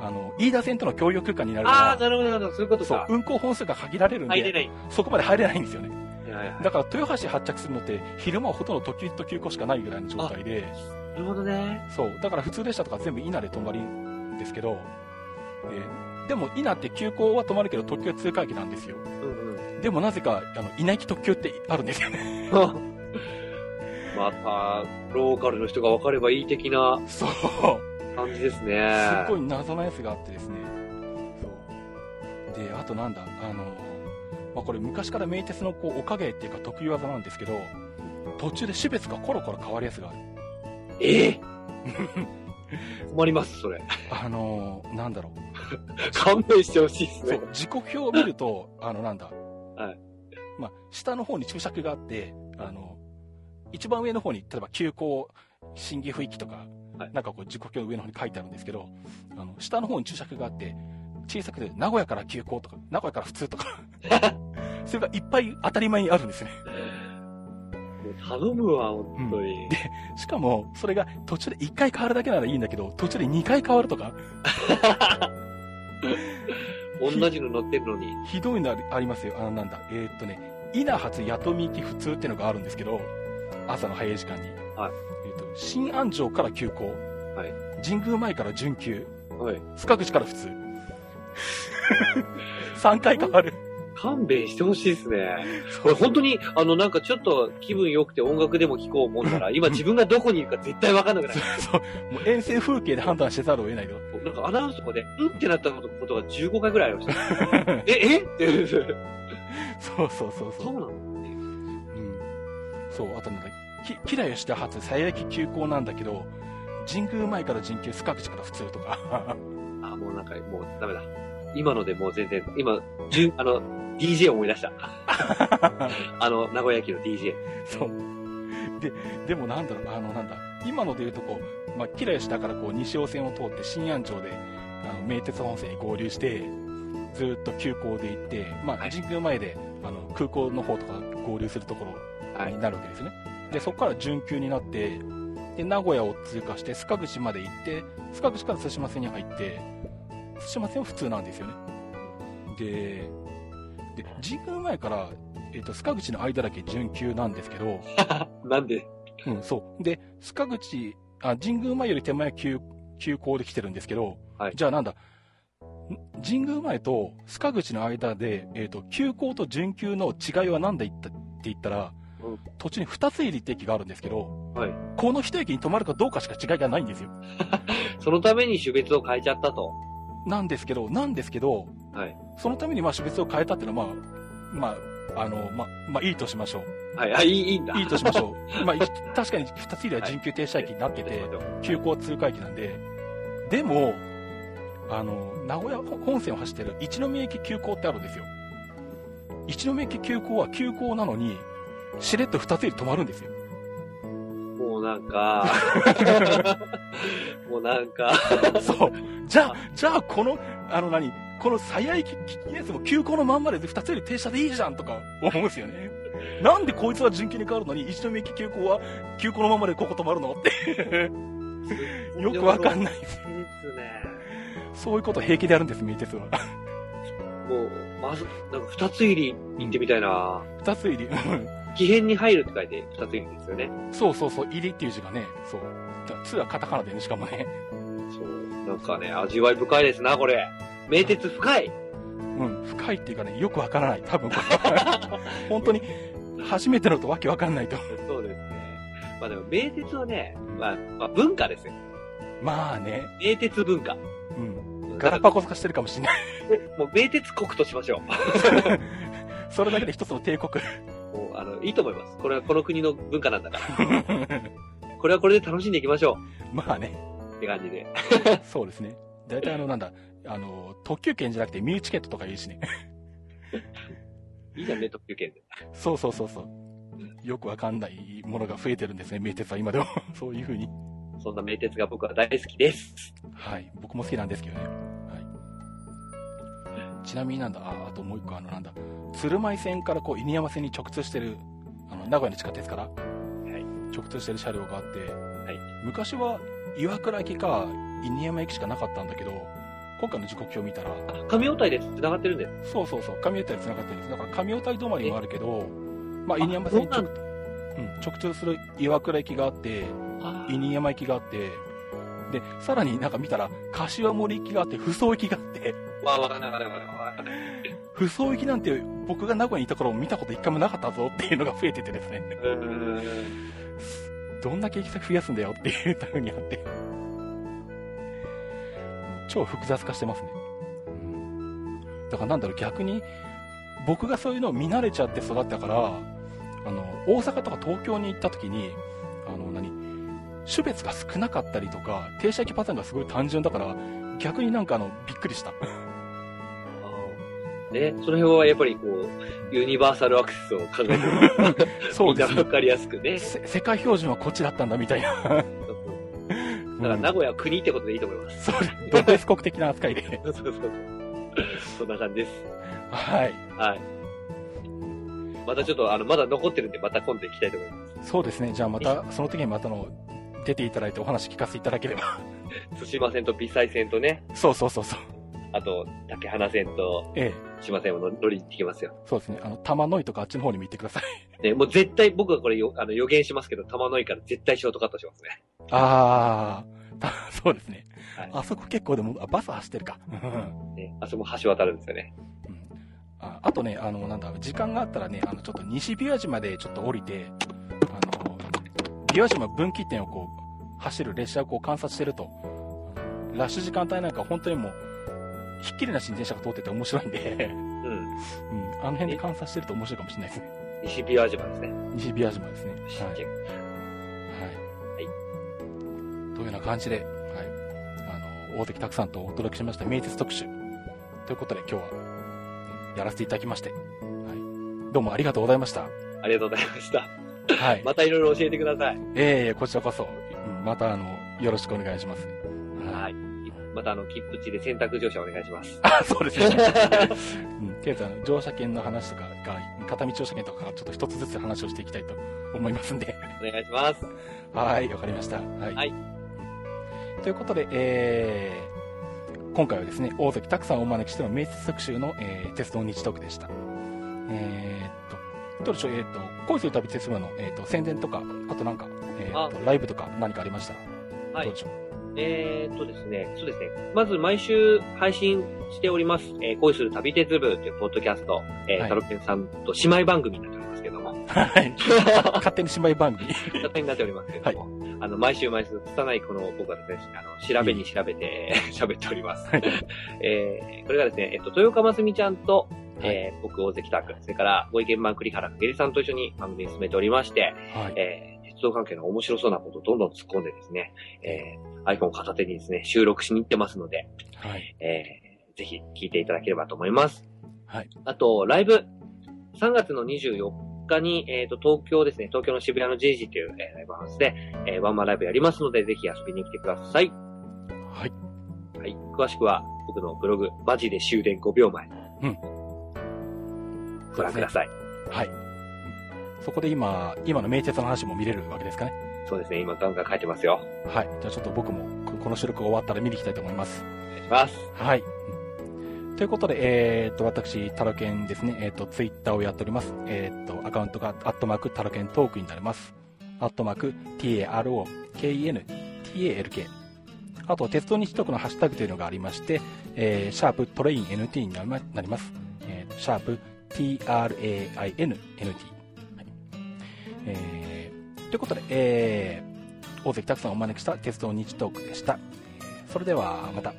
A: あの、飯田線との共用空間になる
B: ああ、
A: か
B: なるほど、なるほど、そういうこと
A: ら、そう
B: か、。
A: 運行本数が限られるん
B: 入
A: で、
B: れない。
A: そこまで入れないんですよね。
B: はいはいはい
A: だから豊橋発着するのって昼間はほとんど特急と急行しかないぐらいの状態で
B: なるほどね。
A: そうだから普通列車とか全部稲で止まりんですけどでも、伊那って急行は止まるけど、特急通過駅なんですよ。
B: うんうん。
A: でも、なぜか、あの、稲城特急ってあるんですよね。
B: また、ローカルの人が分かればいい的な
A: そう。
B: 感じです
A: す
B: ね。
A: っごい謎なやつがあってですね。そう。で、あとなんだ、あの、まあ、これ昔から名鉄のこう、おかげっていうか得意技なんですけど、途中で種別がコロコロ変わるやつがある。
B: え困ります、 それ。
A: あの、なんだろう。
B: 勘弁してほしいです
A: そ
B: ね。
A: う、時刻表を見る と、あの、なんだ。
B: はい。
A: まあ、下の方に注釈があって、あの、一番上の方に、例えば、急行、審議不域とか、
B: はい
A: なんかこう、時刻表の上の方に書いてあるんですけど、あの、下の方に注釈があって、小さくて、名古屋から急行とか、名古屋から普通と か、それがいっぱい当たり前にあるんですね。
B: もう頼むわ、本当に。
A: しかも、それが途中で1回変わるだけならいいんだけど、途中で2回変わるとか、
B: 同じの乗ってるのに。
A: ひどいのありますよ。あの、なんだ、えーっとね、稲発弥富行き普通ってのがあるんですけど、朝の早い時間に。
B: はい
A: えーっと、新安城から急行。
B: はい
A: 神宮前から準急。
B: はい。
A: 塚口から普通。3回変わる。
B: 勘弁してほしいですね。これ本当に、あの、なんかちょっと気分良くて音楽でも聴こう思 ったら、今自分がどこにいるか絶対わかんなくなる。
A: そう。もう遠征風景で判断してざるを得ないけど。
B: なんかアナウンスとかで、うんってなったことことが15回ぐらいありました。 え、えって。
A: そうそうそう
B: そ
A: そうう。
B: なの
A: うん。そう、あとなんだ、き、キラヨシタ発最悪急行なんだけど、神宮前から準急、塚口から普通とか。
B: あ、もうなんか、もうダメだ。今のでもう全然、今、じゅんあの、DJ 思い出 した。あの、名古屋駅の DJ。
A: そう。で、でもなんだろう、あの、なんだ、今のでいうとこう、まあ、キラヨシだからこう、西尾線を通って新安城で、あの、名鉄本線に合流して、ずーっと急行で行って、ま
B: は
A: あ、
B: い
A: 神宮前で、あの、空港の方とか合流するところ
B: はい
A: になるわけですね。で、そこから準急になって、で、名古屋を通過して、須賀口まで行って、須賀口から対馬線に入って、対馬線は普通なんですよね。で、で、神宮前から、えっ、と、須賀口の間だけ準急なんですけど、
B: なんで
A: うん、そう。で、塚口、あ、神宮前より手前は急、急行で来てるんですけど、
B: はい
A: じゃあなんだ、ん神宮前と塚口の間で、えっ、と、急行と準急の違いは何で言ったって言ったら、
B: うん
A: 途中に二つ入りって駅があるんですけど、
B: はい
A: この一駅に止まるかどうかしか違いがないんですよ。
B: そのために種別を変えちゃったと。
A: なんですけど、なんですけど、
B: はい
A: そのためにまあ種別を変えたっていうのは、まあ、まあ、あの、まあ、まあ、いいとしましょ
B: はい、あ、いい、いいんだ。
A: う。いいとしましょ う。まあ、い確かに二つ入りは準急停車駅になってて、
B: ちょっと待って
A: 急行通過駅なんで、でも、あの、名古屋本線を走ってる一宮駅急行ってあるんですよ。一宮駅急行は急行なのに、しれっと二つより止まるん ですよ。
B: もうなんか、 もうなんか、
A: そう。じゃあ、じゃあこの、あの何、この鞘駅のやつも急行のまんまで二つより停車でいいじゃんとか思うんですよね。なんでこいつは準急に変わるのに、一宮駅急行は急行のまんまでここ止まるのって、 よくわかん
B: ない。
A: ない。
B: ですね。
A: そういうこと平気でやるんです、名鉄は。
B: もう、まず、なんか二つ入り行ってみたいな。
A: 二つ入り、うん
B: 奇変に入るって書いて二つ入りですよね。
A: そうそうそう、入りっていう字がね、そう。だから2はカタカナでね、しかもね。
B: そう。なんかね、味わい深いですな、これ。名鉄深い。
A: うん、深いっていうかね、よくわからない。多分これ。本当に、初めてのとわけわかんないと。
B: そうですね。まあでも、名鉄はね、まあ、まあ、文化ですよ。
A: まあね、
B: 名鉄文化。
A: うん。ガラパゴス化してるかもしれない。
B: もう、名鉄国としましょ
A: それだけで一つの帝国。
B: う。もう、あの、いいと思います。これはこの国の文化なんだから。これはこれで楽しんでいきましょ
A: まあね、
B: う。って感じで。
A: そうですね。大体あの、なんだ、あの、特急券じゃなくてミューチケットとか言うしね。
B: いいじゃんね、特急券で。
A: そうそうそうそう。よくわかんないものが増えてるんですね、名鉄は今でも。そういうふうに。
B: そんな名鉄が僕は大好きです。
A: はい、僕も好きなんですけどね。はい、ちなみになんだ、ああともう一個、あの、なんだ、鶴舞線からこう犬山線に直通してる、あの名古屋の地下鉄から、直通してる車両があって、
B: い
A: 昔は岩倉駅か犬山駅しかなかったんだけど、今回の時刻表見たら、
B: あ、神応体です。繋がってるんです。
A: そうそうそう、神尾台に繋がってるんです。だから神尾台止まりもあるけど、まあ、
B: あ
A: 犬山線に直
B: そう
A: うん、直通する岩倉駅があって、
B: あ
A: 犬山駅があって、で、さらになんか見たら、柏森行きがあって、不走行きがあって、
B: わあ、わかんないわかんないわかんない。
A: 不走行きなんて僕が名古屋にいた頃見たこと一回もなかったぞっていうのが増えててですね、
B: うーん。
A: どんだけ行き先増やすんだよっていう風にあって、超複雑化してますね。だからなんだろう、逆に、僕がそういうのを見慣れちゃって育ったから、あの、大阪とか東京に行った時に、あの、何種別が少なかったりとか、停車駅パターンがすごい単純だから、逆になんかあの、びっくり した。
B: あーね、その辺はやっぱりこう、ユニバーサルアクセスを考えてる
A: そうです
B: みん
A: ね
B: なわかりやすくね。
A: せ世界標準はこっちだったんだみたいな。
B: だから名古屋は国ってことでいいと思います。
A: そう独立国的な扱いで。
B: そうそうそう。そんな感じです。
A: はい。
B: はい。またちょっと、あの、まだ残ってるんで、また今度行きたいと思いま
A: そうですね。じゃあまた、その時にまたの、出ていただいてお話聞かせていただければ。
B: す。津島線と美西線とね、
A: そうそうそうそう。
B: あと、竹花線と
A: ええ。
B: 千葉線を乗乗りに行ってきますよ。
A: そうですね。あの、玉の井とかあっちの方にも行ってください。
B: ね、もう絶対、僕はこれよあの予言しますけど、玉の井から絶対ショートカットしますね。
A: あー、 たそうですね。
B: はい
A: あそこ結構でも、あバス走ってるか。うん
B: ね、あそこ橋渡るんですよね。
A: ああとね、あの、なんだ、時間があったらね、あの、ちょっと西琵琶島でちょっと降りて、あの、琵琶島分岐点をこう、走る列車をこう観察してると、ラッシュ時間帯なんか本当にもう、ひっきりなしに電車が通ってて面白いんで、
B: うん。
A: うん、あの辺で観察してると面白いかもしれないですね。
B: 西琵琶島ですね。
A: 西琵琶島ですね。
B: 新
A: はい。
B: 宿
A: はい。と
B: い
A: いうような感じで、はい。あの、大関たくさんとお届けしました名鉄特集。ということで今日は、やらせていただきまして、はい。どうもありがとうございました。
B: ありがとうございました。
A: はい。
B: またいろいろ教えてください。
A: ええこちらこそ、うんまたあの、よろしくお願いします。。
B: はいい。またあの、切符地で選択乗車お願いします。
A: あ、そうですね。 うん。とりあえずあの、乗車券の話とかが、片道乗車券とかがちょっと一つずつ話をしていきたいと思いますんで。
B: お願いします。
A: はい、わかりました。はい。
B: はい
A: ということで、えー今回はですね、大関拓さんをお招きしての名鉄特集の、えー、鉄道日トークでした。えーっと、どうでしょう、えーっと、恋する旅鉄道の、えーっと、宣伝とか、あとなんか、えーっと、ライブとか何かありました
B: は
A: ど
B: いう
A: で。しょう
B: えー、っとですね、そうですね。まず毎週配信しております、えー恋する旅鉄部というポッドキャスト、えー
A: はい
B: タロケンさんと姉妹番組になっておりますけども、
A: はい。勝手に姉妹番組。
B: 形になっておりますけども、あの、毎週毎週、拙いこの僕はですね、あの、調べに調べて 喋っております。えー、これがですね、えっと、豊川真澄ちゃんと、 えー、僕、大関拓、それから、ご意見番栗原かけりさんと一緒に番組進めておりまして、
A: はい。
B: えー鉄道関係の面白そうなことをどんどん突っ込んでですね、えー、iPhone を片手にですね、収録しに行ってますので、
A: はい。
B: えーぜひ聞いていただければと思います。
A: はい。
B: あと、ライブ、3月の24日に、えっ、と、東京ですね、東京の渋谷の JG という、えーライブハウスで、えーワンマンライブやりますので、ぜひ遊びに来てください。
A: はい。
B: はい。詳しくは、僕のブログ、マジで終電5秒前。
A: うん
B: ご覧ください。
A: はい。うんそこで今、今の名鉄の話も見れるわけですかね。
B: そうですね、今ガンガン書いてますよ。
A: はい。じゃあちょっと僕も、ここの収録が終わったら見に行きたいと思います。
B: お願いします。
A: はい。ということで、えーっと、私、タロケンですね、えーっと、ツイッターをやっております。えーっと、アカウントが、アットマーク、タロケントークになります。アットマーク、TAROKEN、TALK。あと、鉄道日特のハッシュタグというのがありまして、えー、シャープトレイン NT になりまなります。えーっと、シャープ TRAIN、NT。はいえーということで、えー、大関たくさんお招きした鉄道日トークでした。えーそれでは、また。